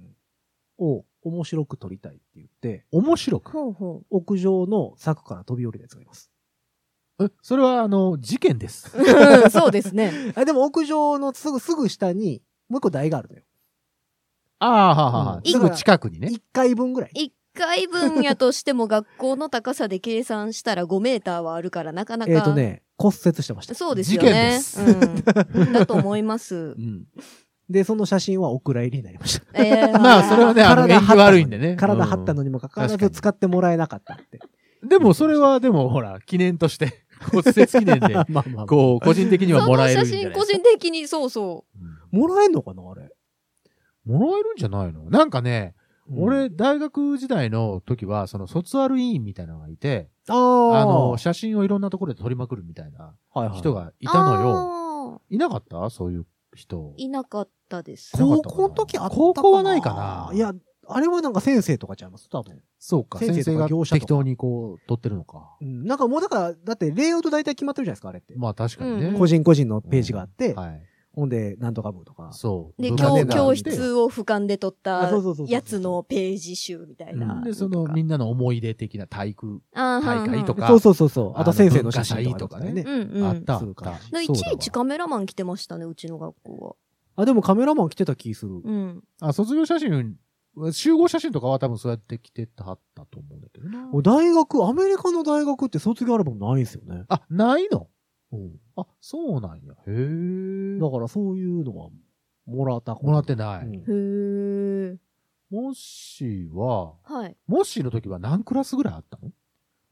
Speaker 2: を面白く撮りたいって言って、
Speaker 3: 面白く。
Speaker 1: ほうほ
Speaker 2: 屋上の柵から飛び降りたやつがいます。
Speaker 3: え、それは、あの、事件です。
Speaker 1: う。うん そうですね。
Speaker 2: あでも屋上のすぐ、すぐ下に、もう一個台があるのよ。
Speaker 3: ああ、はあはあはあ
Speaker 2: うん
Speaker 3: すぐ近くにね。
Speaker 2: 一回分ぐらい。
Speaker 1: 一回分やとしても学校の高さで計算したら5メーターはあるからなかなか。
Speaker 2: えっ、とね、骨折してました。
Speaker 1: そうですよね。
Speaker 3: 事
Speaker 1: うん、だと思います
Speaker 2: う。ん。で、その写真はお蔵入りになりました。
Speaker 1: えー
Speaker 3: まあ、それはね、あの、
Speaker 2: 体
Speaker 3: 縁
Speaker 2: 張っ
Speaker 3: 起
Speaker 2: たのに
Speaker 3: 悪いんでね。
Speaker 2: 体張ったの
Speaker 3: に。
Speaker 2: にもかかわらず
Speaker 3: 確かに
Speaker 2: 使ってもらえなかったって。
Speaker 3: でも、それは、でも、ほら、記念として、骨折記念で、
Speaker 2: まあまあ、
Speaker 3: こう、個人的には
Speaker 1: そ
Speaker 3: もら
Speaker 1: の
Speaker 3: える
Speaker 1: 写
Speaker 3: んじ
Speaker 1: 真
Speaker 3: ゃない
Speaker 1: 個人的にそうそ
Speaker 3: うん
Speaker 2: もらえんのかなあれ。
Speaker 3: もらえるんじゃないのなんかね、
Speaker 2: うん、
Speaker 3: 俺、大学時代の時は、その、卒アル委員みたいなのがいて、
Speaker 2: あ
Speaker 3: あ
Speaker 2: あ
Speaker 3: の、
Speaker 2: の、
Speaker 3: 写真をいろんなところで撮りまくるみたいな
Speaker 2: はいはい
Speaker 3: 人が
Speaker 1: う。
Speaker 3: いたのよ。
Speaker 1: よ。
Speaker 3: いなかったそういう人。
Speaker 1: いなかったです。
Speaker 3: な
Speaker 2: 高
Speaker 3: かったかな
Speaker 2: 校の時あったかな
Speaker 3: 高校はないかない
Speaker 2: や、あれはなんか先生とかちゃいます多分。
Speaker 3: そうか、
Speaker 2: 先
Speaker 3: 先
Speaker 2: 生
Speaker 3: 生
Speaker 2: とか
Speaker 3: が
Speaker 2: 業者とか
Speaker 3: 適当にこう、撮ってるのか。
Speaker 2: うん。なんかもうだから、だってレイアウト大体決まってるじゃないですか、あれって。
Speaker 3: まあ、確かに
Speaker 1: うん
Speaker 3: ね。
Speaker 2: 個人個人のページがあって、
Speaker 3: はい。
Speaker 2: ほんで、なんとか部とか。
Speaker 3: そう。
Speaker 1: で、
Speaker 3: 部
Speaker 1: 教
Speaker 3: 活があ
Speaker 1: 教
Speaker 3: って
Speaker 1: 室を俯瞰で撮った
Speaker 2: あそうそうそうそう
Speaker 1: やつのページ集みたいな。
Speaker 3: で、その、みんなの思い出的な体育、
Speaker 1: あー
Speaker 3: 大会とか、
Speaker 2: そうそうそうそう。あと
Speaker 3: あの
Speaker 2: 先生の写真とか
Speaker 3: 文化祭とか
Speaker 2: ね
Speaker 3: ね。
Speaker 1: うんうん。
Speaker 3: あ
Speaker 1: う
Speaker 3: っ
Speaker 1: ん
Speaker 3: たあ
Speaker 2: す
Speaker 3: っ
Speaker 2: るから
Speaker 3: た。
Speaker 1: だいちいち
Speaker 3: そうだわ
Speaker 1: カメラマン来てましたね、うちの学校
Speaker 2: あ、でもカメラマン来てた気する
Speaker 1: は。。うん。
Speaker 3: あ、卒業写真、集合写真とかは多分そうやって来てたはったと思うんだけどな。
Speaker 2: 大学、アメリカの大学って卒業アルバムないんですよね。
Speaker 3: あ、ないの
Speaker 2: うん。
Speaker 3: あ、そうなんや。へえ。
Speaker 2: だからそういうのはもらったこと
Speaker 3: もらってな
Speaker 2: う
Speaker 3: い。
Speaker 2: ん
Speaker 1: へー。
Speaker 3: もしは、
Speaker 1: はい。
Speaker 3: もしの時は何クラスぐらいあった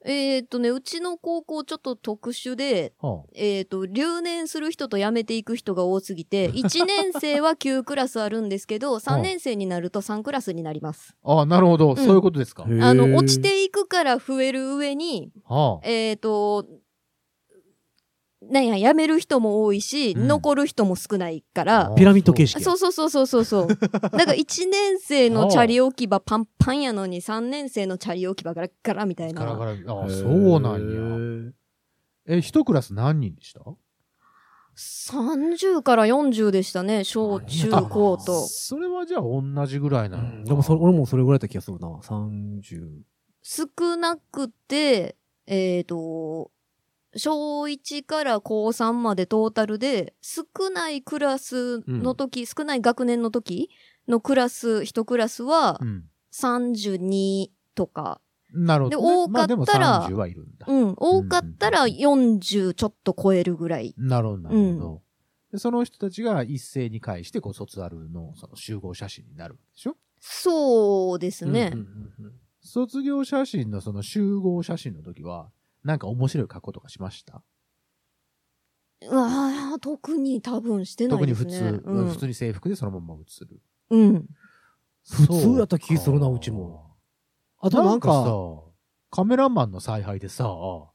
Speaker 1: えーっとね、うちの高校ちょっと特殊で、
Speaker 3: のは
Speaker 1: えーっと、留年する人と辞めていく人が多すぎて、1年生は9クラスあるんですけど、3年生になると3クラスになります。
Speaker 3: あ、あ、なるほど。
Speaker 1: ん
Speaker 3: そういうことですか。
Speaker 2: へー
Speaker 1: あの、落ちていくから増える上に、
Speaker 3: はあ。
Speaker 1: えーっと、なんや、辞める人も多いし、
Speaker 3: うん
Speaker 1: 残る人も少ないから、
Speaker 2: ピラミッド形式。
Speaker 1: そうそうそうそうそう そう。だから1年生のチャリ置き場パンパンやのに3年生のチャリ置き場ガラッガラみたい
Speaker 3: ガラガ
Speaker 1: な。
Speaker 3: ラ。あ、
Speaker 2: へー
Speaker 3: そうなんや。え、一クラス何人でした
Speaker 1: 30から40でしたね、小中高と。
Speaker 3: それはじゃあ同じぐらいな
Speaker 2: う
Speaker 3: の
Speaker 2: んでもそれ、俺もそれぐらいだった気がするな。30。
Speaker 1: 少なくて、えっ、と、小1から高3までトータルで、少ないクラスの時、少ない学年の時のクラス、一クラスは
Speaker 3: うん。
Speaker 1: 32とか、
Speaker 3: なるほど。
Speaker 1: で多かったら
Speaker 3: まあでも30はいるんだ。
Speaker 1: うん、多かったら
Speaker 3: うん
Speaker 1: 40ちょっと超えるぐらい。
Speaker 3: なるほど、なるほど。でその人たちが一斉に返して、こう、卒アルのその集合写真になるわけでしょ
Speaker 1: そうですね。
Speaker 2: うんうんうんうん
Speaker 3: 卒業写真のその集合写真の時は、なんか面白い格好とかしました
Speaker 1: うわあ特に多分してない
Speaker 3: 特に
Speaker 1: です
Speaker 3: 普
Speaker 1: ね。
Speaker 3: 通、
Speaker 1: うん、
Speaker 3: 普通に制服でそのまま写る。
Speaker 1: うん。
Speaker 2: 普通やった気するなうちも。あ
Speaker 3: あ
Speaker 2: と
Speaker 3: とな
Speaker 2: なんん
Speaker 3: かさ
Speaker 2: か、、
Speaker 3: カメラマンの采配でさ、ちょ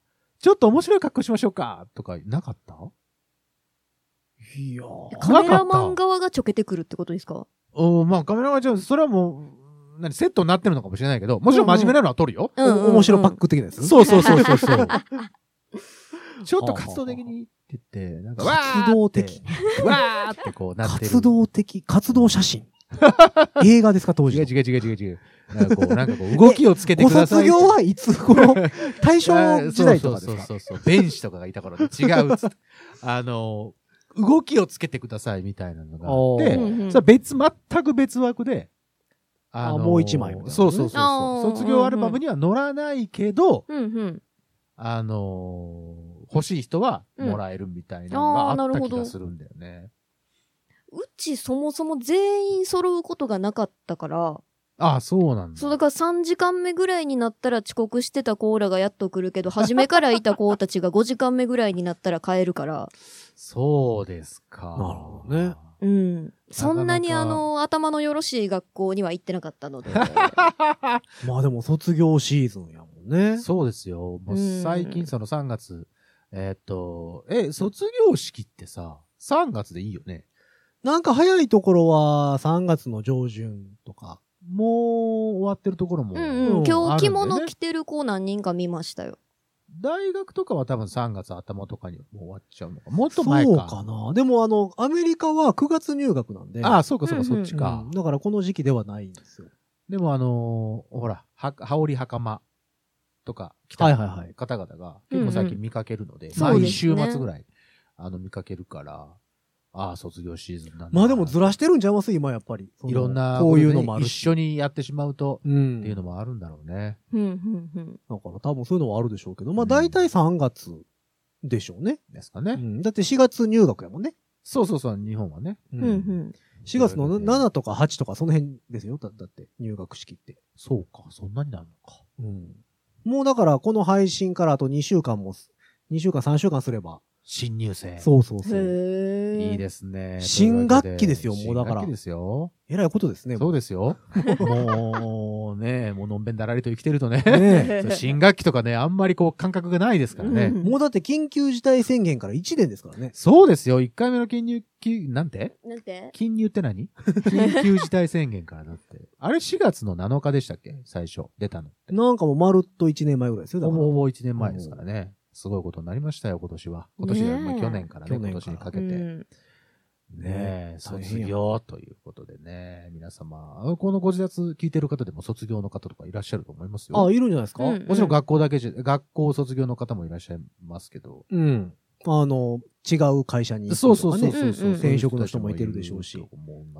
Speaker 3: っと面白い格好しましょうかとか、なかった
Speaker 2: いや
Speaker 1: カメラマン側がちょけてくるってことですか
Speaker 3: うん、まあカメラマンじゃ、それはもう、何、セットになってるのかもしれないけど、もちろん真面目なのは取るよ。
Speaker 1: うんうんうん
Speaker 2: お面白パック的なやつ。
Speaker 3: そうそうそうそうそう。 ちょっと活動的にって言って、なんか、
Speaker 2: 活動的。
Speaker 3: わーってこうなってる。
Speaker 2: 活動的、活動写 真。映画ですか、当時
Speaker 3: 違う
Speaker 2: の。
Speaker 3: 違う違う違う違う。なんかこう、なんかこう、動きをつけて
Speaker 2: ご
Speaker 3: くださ
Speaker 2: 卒
Speaker 3: い。
Speaker 2: 業はいつ頃 大正時代とかです
Speaker 3: そう
Speaker 2: か
Speaker 3: そうそうそう。弁士とかがいた頃で違うっつって。あの、動きをつけてくださいみたいなのがあって、
Speaker 2: おー
Speaker 1: うんうん
Speaker 3: それは別、全く別枠で、あ
Speaker 2: あもう一枚みたいなね
Speaker 3: そうそうそう
Speaker 1: あ
Speaker 3: そ
Speaker 1: ー
Speaker 3: う。卒業アルバムには載らないけど、
Speaker 1: うんうん。
Speaker 3: あのー欲しい人はもらえるみたいなの
Speaker 1: うんあー
Speaker 3: があ
Speaker 1: な
Speaker 3: っ
Speaker 1: る
Speaker 3: た
Speaker 1: ほ
Speaker 3: 気
Speaker 1: ど
Speaker 3: がするんだよね。
Speaker 1: うちそもそも全員揃うことがなかったから、
Speaker 3: ああ、そうなんだ。
Speaker 1: そうだから3時間目ぐらいになったら遅刻してた子らがやっと来るけど、初めからいた子たちが5時間目ぐらいになったら帰るから、
Speaker 3: そうですか。
Speaker 2: なるほどね。
Speaker 1: うん。そんなに
Speaker 3: なか
Speaker 1: あ
Speaker 3: なか
Speaker 1: の、頭のよろしい学校には行ってなかった ので。
Speaker 2: まあでも卒業シーズンやもんね。
Speaker 3: そうですよ。もう
Speaker 1: うん
Speaker 3: 最近その3月、えーっと、え、卒業式ってさ、3月でいいよね。
Speaker 2: なんか早いところは3月の上旬とか。
Speaker 3: もう終わってるところも。
Speaker 1: うんうん。今
Speaker 3: あ
Speaker 1: 日着
Speaker 3: るんだよね
Speaker 1: 物着てる子何人か見ましたよ。
Speaker 3: 大学とかは多分3月頭とかにはもう終わっちゃうのか。もっ
Speaker 2: そ
Speaker 3: と前か。
Speaker 2: うかな。でもあの、アメリカは9月入学なんで。
Speaker 3: ああ、そうかそうか、
Speaker 1: うんうん
Speaker 3: そっちか。
Speaker 2: うんだからこの時期ではないんですよ。
Speaker 3: でもあのーほら、は、羽織袴とか着
Speaker 2: はい
Speaker 3: た
Speaker 2: はいはい
Speaker 3: 方々が結構最近見かけるので、
Speaker 1: うんうん
Speaker 3: 毎週
Speaker 1: そうです
Speaker 3: 末
Speaker 1: ね
Speaker 3: ぐらい、あの見かけるから、ああ、卒業シーズンなんだ。
Speaker 2: まあでもずらしてるんちゃいます今やっぱり。その
Speaker 3: いろんな、
Speaker 2: こういうのもある
Speaker 3: 一
Speaker 2: し。
Speaker 3: 緒にやってしまうと、
Speaker 2: うん。
Speaker 3: っていうのもあるんだろうね。
Speaker 1: うんうんうん。
Speaker 2: だから多分そういうのはあるでしょうけど、まあ大体3月でしょうね。
Speaker 3: ですかね。
Speaker 2: うんだって4月入学やもんね。
Speaker 3: そうそうそう、日本はね。
Speaker 2: う
Speaker 1: うんうん。
Speaker 2: 4月の
Speaker 3: いろいろね
Speaker 2: 7とか8とかその辺ですよ。だだって入学式って。
Speaker 3: そうか、そんなになるのか。
Speaker 2: うん。もうだからこの配信からあと2週間もす、2週間3週間すれば。
Speaker 3: 新入生。
Speaker 2: そうそうそう。
Speaker 1: へえ。
Speaker 3: いいですね。
Speaker 2: 新学期ですよ
Speaker 3: とい
Speaker 2: もうだから
Speaker 3: 新学期ですよ。
Speaker 2: えらいことですね。
Speaker 3: そうですよ。もうね、もうのんべんだらりと生きてるとね。
Speaker 2: ね
Speaker 3: そう新学期とかね、あんまりこう感覚がないですからね。
Speaker 1: うん
Speaker 2: えもうだって緊急事態宣言から1年ですからね。
Speaker 3: そうですよ。1回目の金融、金なんて
Speaker 1: なんて
Speaker 3: 金融っ て何緊急事態宣言からだって。あれ4月の7日でしたっけ最初出たのって。
Speaker 2: なんかもうまるっと1年前ぐらいですよ。だ
Speaker 3: ほ
Speaker 2: から
Speaker 3: ぼほぼ1年前ですからね。すごいことになりましたよ、今年は。今年は、
Speaker 1: ねえ
Speaker 3: まあ去年からね、
Speaker 2: 去
Speaker 3: 今
Speaker 2: 年から
Speaker 3: 年にか
Speaker 1: う
Speaker 3: けて。ね
Speaker 1: ん。
Speaker 3: え、
Speaker 2: 大変や
Speaker 3: 卒業ということでね、皆様、このご自宅聞いてる方でも卒業の方とかいらっしゃると思いますよ。
Speaker 2: あ、いるんじゃないですか、
Speaker 1: うん
Speaker 3: もちろん学校だけじゃ、学校卒業の方もいらっしゃいますけど。
Speaker 2: うん。あの、違う会社に行く
Speaker 3: そう
Speaker 2: と
Speaker 3: そう
Speaker 2: か
Speaker 3: そう
Speaker 2: ね
Speaker 3: そうそうう。
Speaker 1: んうん
Speaker 2: 転職の人もいてるでしょうし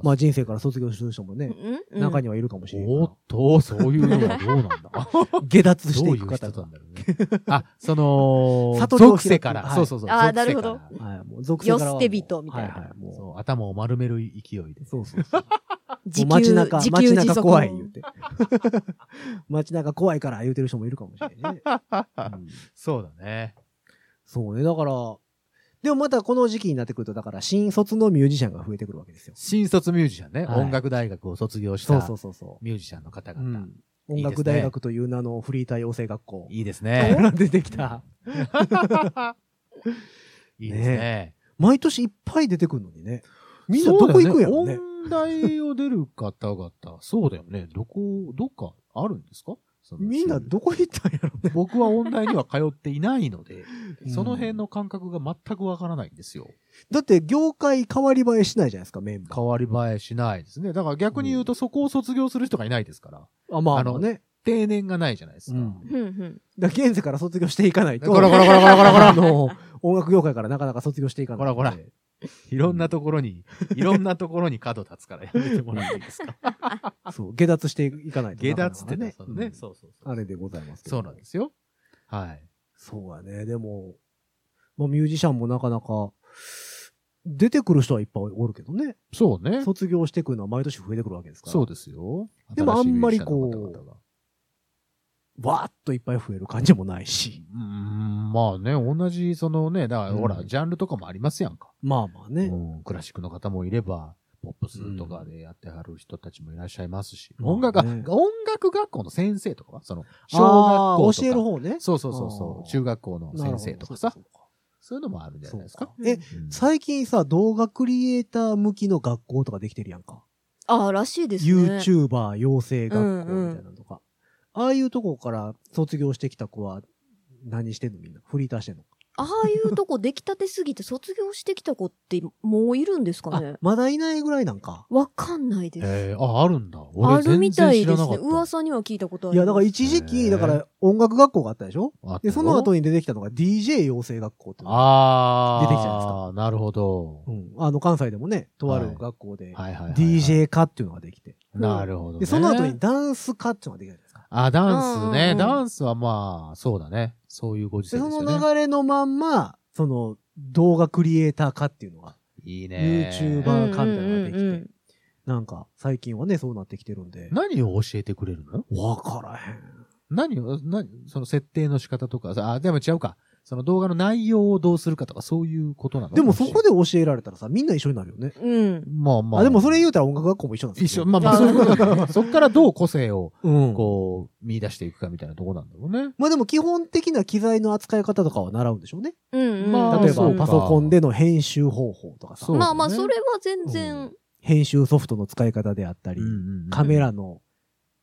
Speaker 2: まあ人生から卒業する人もね、
Speaker 1: うん
Speaker 2: 中にはいるかもしれない。
Speaker 3: おっと、そういうのはどうなんだ
Speaker 2: 下脱し
Speaker 3: ど
Speaker 2: て
Speaker 3: う
Speaker 2: い
Speaker 3: いう
Speaker 2: く
Speaker 3: 人
Speaker 2: 方が
Speaker 3: なん。だろうね。あ、その、
Speaker 2: 悟りを開く
Speaker 3: 属性から、
Speaker 2: はい
Speaker 3: そうそうそう。
Speaker 1: あー
Speaker 3: 属性
Speaker 1: なるほど
Speaker 3: から
Speaker 2: はい、もう属性からはもう
Speaker 1: よ捨て人みたいな
Speaker 2: はいはい、も
Speaker 3: そう、頭を丸める勢いで
Speaker 2: う。。そうそうそう。
Speaker 1: 自給
Speaker 2: もう街中、
Speaker 1: 自給自
Speaker 2: 街
Speaker 1: 足
Speaker 2: 中怖い言うて。 街中怖いから言うてる人もいるかもしれないね。うん
Speaker 3: そうだね。
Speaker 2: そうね、だから、でもまたこの時期になってくると、だから新卒のミュージシャンが増えてくるわけですよ。
Speaker 3: 新卒ミュージシャンね。
Speaker 2: はい
Speaker 3: 音楽大学を卒業し
Speaker 2: そう
Speaker 3: た
Speaker 2: そうそうそ
Speaker 3: ミュージシャンの方
Speaker 2: う。う
Speaker 3: 々
Speaker 2: ん。音楽大学という名のフリーター養成学校。
Speaker 3: いいですね。
Speaker 2: 出てきた。
Speaker 3: いいですね。
Speaker 2: 毎年いっぱい出てくるのにね。みんなどこ行くんやろうね。
Speaker 3: 音大を出る方々、そうだよね。どこ、どっかあるんですかその
Speaker 2: みんなどこ行ったんやろうね。
Speaker 3: 僕は音大には通っていないので、
Speaker 2: うん
Speaker 3: その辺の感覚が全くわからないんですよ。
Speaker 2: だって業界変わり映えしないじゃないですか、メンバー。
Speaker 3: 変わり映えしないですね。だから逆に言うと、そこを卒業する人がいないですから、
Speaker 2: あ、まあ、
Speaker 3: あ
Speaker 2: あ
Speaker 3: の
Speaker 2: のね。
Speaker 3: 定年がないじゃないです
Speaker 2: う
Speaker 3: か。
Speaker 2: ん。
Speaker 1: うんうん。
Speaker 2: だから現世から卒業していかないと。
Speaker 3: ゴロゴロゴロゴロゴロゴロ
Speaker 2: あの、音楽業界からなかなか卒業していかないので。
Speaker 3: ゴロゴいろんなところに、いろんなところに角立つからやめてもらっていいです か。
Speaker 2: そう、下脱していかないと
Speaker 3: 下
Speaker 2: なかな
Speaker 3: 脱
Speaker 2: か。
Speaker 3: ってね、そ
Speaker 2: そううね
Speaker 3: ね。。そうそうそう。
Speaker 2: あれでございます。。
Speaker 3: そうなんですすよ。はい。
Speaker 2: そうやね。でも、まあミュージシャンもなかなか、出てくる人はいっぱいおるけどね。
Speaker 3: そうね。
Speaker 2: 卒業してくるのは毎年増えてくるわけですから。
Speaker 3: そうですよ。
Speaker 2: でもあんまり
Speaker 3: 新しいミュージシャンの方々が
Speaker 2: わーっといっぱい増える感じもないし。
Speaker 3: うーんまあね、同じ、そのね、だから、
Speaker 2: うん
Speaker 3: ほら、ジャンルとかもありますやんか。
Speaker 2: まあまあね。
Speaker 3: うんクラシックの方もいれば、ポップスとかでやってはる人たちもいらっしゃいますし、
Speaker 2: うん
Speaker 3: 音楽が、
Speaker 2: まあね
Speaker 3: 音楽学校の先生とかは、その、小
Speaker 2: あ
Speaker 3: 学校
Speaker 2: あ
Speaker 3: と
Speaker 2: ー
Speaker 3: か。
Speaker 2: 教える方ね。
Speaker 3: そうそうそうそ
Speaker 2: あ
Speaker 3: う、
Speaker 2: ー
Speaker 3: 中学校
Speaker 2: な
Speaker 3: の
Speaker 2: る
Speaker 3: 先
Speaker 2: ほど
Speaker 3: 生とかさ
Speaker 2: そ、うか
Speaker 3: そういうのもあるじゃ
Speaker 2: そ
Speaker 3: ないうです
Speaker 2: か
Speaker 3: か。。
Speaker 2: え、最近さ、動画クリエイター向きの学校とかできてるやんか。
Speaker 1: ああ、らしいですね。
Speaker 2: YouTuber 養成学校みたいなのとか、ああいうとこから卒業してきた子は何してんのみんな。フリーターしてんの
Speaker 1: ああいうとこ出来たてすぎて卒業してきた子ってもういるんですかね
Speaker 2: あ、まだいないぐらいなんか。
Speaker 1: わかんないです。
Speaker 3: えー、あ、あるんだ。
Speaker 1: あ
Speaker 3: 俺
Speaker 1: る
Speaker 3: 全
Speaker 1: みた
Speaker 3: 然
Speaker 1: い
Speaker 3: 知ら
Speaker 1: で
Speaker 3: なか
Speaker 1: す
Speaker 3: った。
Speaker 1: ね。噂には聞いたことあ
Speaker 2: い
Speaker 1: る。
Speaker 2: や、だから一時
Speaker 3: へ
Speaker 2: 期、
Speaker 3: ー
Speaker 2: だから音楽学校があったでしょ
Speaker 3: あった
Speaker 2: で、
Speaker 3: よ
Speaker 2: その後に出てきたのが DJ 養成学校っていうのが
Speaker 3: あー
Speaker 2: 出てきたんですか
Speaker 3: なるほど。
Speaker 2: うん。あの、関西でもね、とあ
Speaker 3: は
Speaker 2: る
Speaker 3: い
Speaker 2: 学校で、
Speaker 3: はいはいはいはい。
Speaker 2: DJ 科っていうのができて。
Speaker 3: なるほど、ね。
Speaker 2: で、その後に。ダンス科っていうのができたじゃないですか。
Speaker 3: あ、ダンス
Speaker 1: うんうん
Speaker 3: ね。
Speaker 1: うん
Speaker 3: ダンスはまあ、そうだね。そういうご時世
Speaker 2: で、
Speaker 3: です
Speaker 2: そ
Speaker 3: よね。
Speaker 2: の流れのまんま、その、動画クリエイター科っていうのが、
Speaker 3: いいね。
Speaker 1: う
Speaker 2: YouTuber
Speaker 1: ん
Speaker 2: バーカみたいなのができて
Speaker 1: うんうんうん
Speaker 2: なんか、最近はね、そうなってきてるんで。
Speaker 3: 何を教えてくれるの
Speaker 2: わからへん。
Speaker 3: 何を、何、その設定の仕方とか、あ、でも違うか。その動画の内容をどうするかとか、そういうことなの
Speaker 2: でもそこで教えられたらさ、みんな一緒になるよね。
Speaker 1: うん。
Speaker 3: まあまあ。
Speaker 2: あ、でもそれ言うたら音楽学校も一緒なんで
Speaker 3: 一
Speaker 2: すよ、
Speaker 3: 緒、まあまあ、
Speaker 1: あ
Speaker 3: そういうことだねそっからどう個性を、
Speaker 2: うん。
Speaker 3: こう、見出していくかみたいなとこなんだろうね。
Speaker 2: まあでも基本的な機材の扱い方とかは習うんでしょうね。
Speaker 1: うんうん。
Speaker 3: まあ
Speaker 2: 例え
Speaker 3: そう
Speaker 2: ばパ
Speaker 3: か
Speaker 2: ソコンでの編集方法とかさ
Speaker 3: そ、うだ
Speaker 1: ま
Speaker 3: ね
Speaker 1: あまあ、それは全
Speaker 2: う
Speaker 1: 然。
Speaker 2: 編集ソフトの使い方であったり、カメ。ラの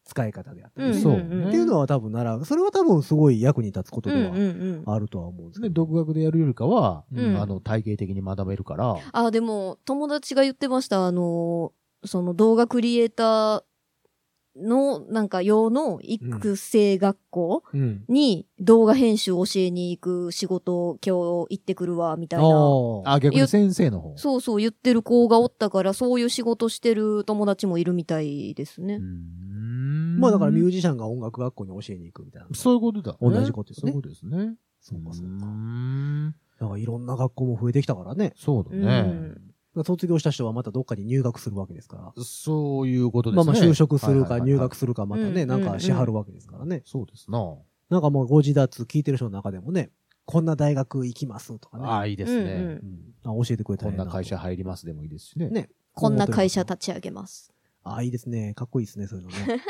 Speaker 2: 使い方であった
Speaker 1: う
Speaker 2: り
Speaker 1: ん。
Speaker 2: ね、
Speaker 3: そう
Speaker 1: うんん
Speaker 2: っていうのは多分習う。それは多分すごい役に立つこと
Speaker 1: う
Speaker 2: で
Speaker 1: んうん
Speaker 2: は
Speaker 1: うん。
Speaker 2: あるとは思うんですけ
Speaker 3: で、
Speaker 2: ど。
Speaker 3: 独学でやるよりかは、
Speaker 1: うん
Speaker 3: あの、体系的に学べるから、
Speaker 1: あ、でも、友達が言ってました。あのー、その動画クリエイターの、なんか用の育成学校
Speaker 2: うん。
Speaker 1: に動画編集教えに行く仕事今日行ってくるわ、みたいな。
Speaker 2: ああ。
Speaker 3: あ、逆に先生の方。
Speaker 1: そうそう言ってる子がおったから、そういう仕事してる友達もいるみたいです
Speaker 3: う
Speaker 1: ね
Speaker 3: ー。ん
Speaker 2: まあだからミュージシャンが音楽学校に教えに行くみたいな。
Speaker 3: そういうことだ。
Speaker 2: 同じことですね
Speaker 3: そういうことですね。
Speaker 2: そうかそう
Speaker 3: ー
Speaker 2: か。
Speaker 3: ん
Speaker 2: だからいろんな学校も増えてきたからね。
Speaker 3: そうだね。
Speaker 2: 卒業した人はまたどっかに入学するわけですから。
Speaker 3: そういうことです
Speaker 2: まあ
Speaker 3: ね。
Speaker 2: まあ就職する
Speaker 3: は
Speaker 2: か
Speaker 3: いはいはい
Speaker 2: 入
Speaker 3: はい
Speaker 2: 学するかまた
Speaker 1: うんうんう
Speaker 2: ね、
Speaker 1: ん
Speaker 2: なんかしはるわけですからね。
Speaker 3: そうですな。
Speaker 2: なんかもうご自立聞いてる人の中でもね、こんな大学行きますとかね。
Speaker 3: ああ、いいです
Speaker 1: うんう
Speaker 3: ね
Speaker 1: ん。
Speaker 2: うんあ教えてくれた
Speaker 3: こ
Speaker 2: らえ
Speaker 3: ん
Speaker 2: えと
Speaker 3: な会社入りますでもいいですしね。
Speaker 2: ね。
Speaker 1: こんな会社
Speaker 2: た
Speaker 1: 立ち上げます。
Speaker 2: ああ、いいですね。かっこいいですね、そういうの ね。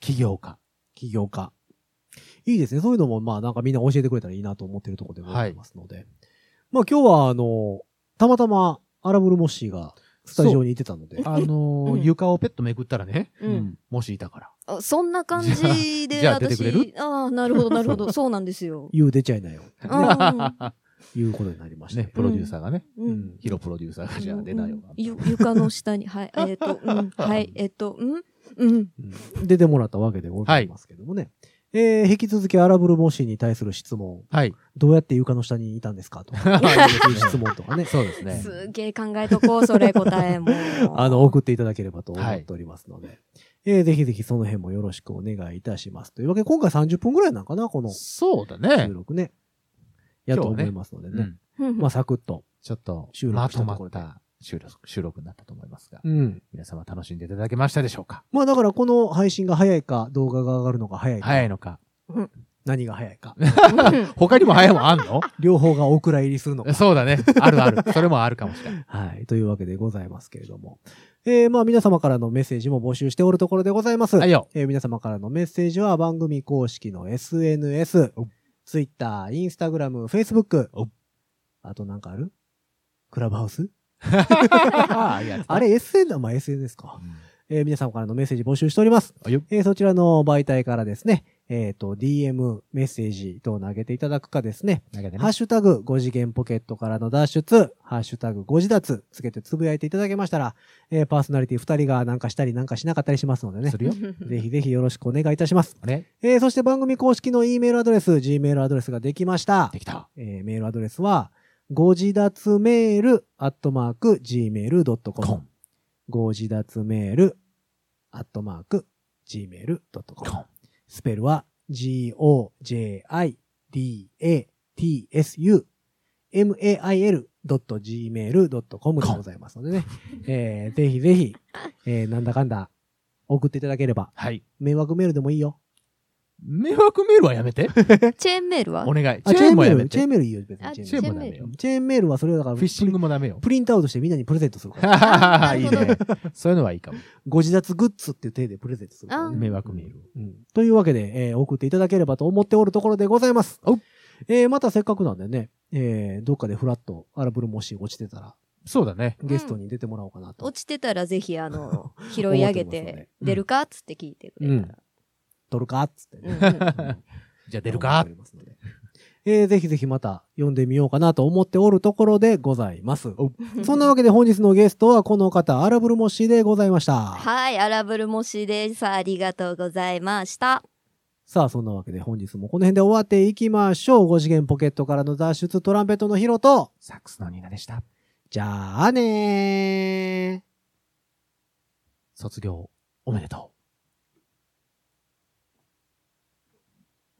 Speaker 3: 起業家。
Speaker 2: 起業家。いいですね。そういうのも、まあなんかみんな教えてくれたらいいなと思ってるところでございますので。まあ今日は、あの、たまたまアラブルモッシーがスタジオにいてたので。
Speaker 3: あの
Speaker 1: うん
Speaker 3: ー、床をペットめくったらね、
Speaker 1: うん
Speaker 3: もしいたから。
Speaker 1: あそんな感じで
Speaker 3: じゃあ
Speaker 1: 私、
Speaker 3: 出てくれる
Speaker 1: ああ、なるほど、なるほど。そうなんですよ。
Speaker 2: 言う出ちゃいなよ。
Speaker 1: あ
Speaker 2: いうことになりました
Speaker 3: ね、プロデューサーがね、
Speaker 1: うんうん
Speaker 3: ヒロプロデューサーがじゃあ出ないよな。
Speaker 1: ゆ床の下に、はい、えっ、と、うん、はい、えっ、と、うん、うん。
Speaker 2: うん出てもらったわけでございますけどもね。えー引き続きアラブルモッシーに対する質問。
Speaker 3: はい。
Speaker 2: どうやって床の下にいたんですかとか。いう質問とかね。
Speaker 3: そうですね。
Speaker 1: すげえ考えとこう、それ答えも。
Speaker 2: あの、送っていただければと思っておりますので、えーぜひぜひその辺もよろしくお願いいたします。というわけで、今回30分ぐらいなんかな、この
Speaker 3: そうだ
Speaker 2: 収
Speaker 3: ね。
Speaker 2: 録ね。やと
Speaker 3: 今日は
Speaker 2: 思
Speaker 3: ね
Speaker 2: いますのでね。
Speaker 3: うん
Speaker 1: うん
Speaker 2: まあ、サクッと。
Speaker 3: ちょっと、
Speaker 2: 収
Speaker 3: ま
Speaker 2: 録した
Speaker 3: と
Speaker 2: と
Speaker 3: ま
Speaker 2: ころ
Speaker 3: っ
Speaker 2: で
Speaker 3: た収録収録になったと思いますが、
Speaker 2: うん。
Speaker 3: 皆様楽しんでいただけましたでしょうか
Speaker 2: まあ、だからこの配信が早いか、動画が上がるのが早いか、
Speaker 3: 早いのか。
Speaker 2: 何が早いか、
Speaker 1: うん
Speaker 3: 他にも早いもんあんの
Speaker 2: 両方がお蔵入りするのか。
Speaker 3: そうだね。あるあ る。それもあるかもしれない。
Speaker 2: はい。というわけでございますけれども。えーまあ皆様からのメッセージも募集しておるところでございます。
Speaker 3: はいよ。
Speaker 2: えー皆様からのメッセージは番組公式の SNS
Speaker 3: お、
Speaker 2: Twitter、Instagram、Facebook
Speaker 3: お、
Speaker 2: あとなんかあるクラブハウス
Speaker 3: ありがとう
Speaker 2: あれ SN、まあ、SNS か。えー皆様からのメッセージ募集しております。
Speaker 3: あよ
Speaker 2: えーそちらの媒体からですね、えっ、と、DM、メッセージ等を投げていただくかですね、
Speaker 3: なんかね
Speaker 2: ハッシュタグ5次元ポケットからの脱出、ハッシュタグ5次脱つけてつぶやいていただけましたら、えーパーソナリティ2人がなんかしたりなんかしなかったりしますのでね
Speaker 3: す、るよ。
Speaker 2: ぜひぜひよろしくお願いいたします。
Speaker 3: ね。
Speaker 2: えーそして番組公式の E メールアドレス、G メールアドレスができました
Speaker 3: で。きた。
Speaker 2: えーメールアドレスは、5次脱メール、アットマーク、
Speaker 3: コ
Speaker 2: gmail.com
Speaker 3: ン。。
Speaker 2: 5次脱メール、アットマーク、gmail.com
Speaker 3: コ。ン。
Speaker 2: スペルは g-o-j-i-d-a-t-s-u-mail.gmail.com でございますのでね、えーぜひぜひ、えーなんだかんだ送っていただければ、
Speaker 3: はい。
Speaker 2: 迷惑メールでもいいよ。
Speaker 3: 迷惑メールはやめて。
Speaker 1: チェーンメールは
Speaker 3: お願い。
Speaker 2: あ、チェーンメール、チェー
Speaker 3: チ
Speaker 2: ンメールいいよ、別
Speaker 1: あ
Speaker 2: にチェ
Speaker 1: チェ
Speaker 2: ーン
Speaker 1: ー
Speaker 2: メ
Speaker 1: ン
Speaker 2: ー
Speaker 1: メール
Speaker 2: ル
Speaker 3: ェーンもダメよ。。
Speaker 2: チェーンメールはそれだから、
Speaker 3: フィッシングもダメよ
Speaker 2: プ。リントアウトしてみんなにプレゼントするから。
Speaker 1: あ
Speaker 3: いい
Speaker 1: なる
Speaker 3: ね。そういうのはいいかも。
Speaker 2: ご自立グッズっていう手でプレゼントするからね、
Speaker 1: あ
Speaker 3: 迷惑メールを。
Speaker 2: うんというわけで、えー送っていただければと思っておるところでございます
Speaker 3: お。
Speaker 2: えーまたせっかくなんでね、えーどっかでフラッとアラブルもし落ちてたら、
Speaker 3: そうだね。
Speaker 2: ゲストに出てもらおうかなと。
Speaker 1: 落ちてたらぜひ、あの、拾い上げ
Speaker 2: 思ってますので
Speaker 1: て、
Speaker 2: うん
Speaker 1: 出るかっつって聞いてくれ たら。
Speaker 2: 撮るかっつって
Speaker 1: うんう
Speaker 2: ね。
Speaker 1: ん
Speaker 3: じゃあ出る
Speaker 2: 思
Speaker 3: か
Speaker 2: っておりますのでえーぜひぜひまた読んでみようかなと思っておるところでございます。そんなわけで本日のゲストはこの方、アラブルモッシーでございました。
Speaker 1: はい、アラブルモシです。ありがとうございました。
Speaker 2: さあ、そんなわけで本日もこの辺で終わっていきましょう。5次元ポケットからの脱出トランペットのヒロと、
Speaker 3: サックスのニーナでした。
Speaker 2: じゃあねー。
Speaker 3: 卒業おめでとう。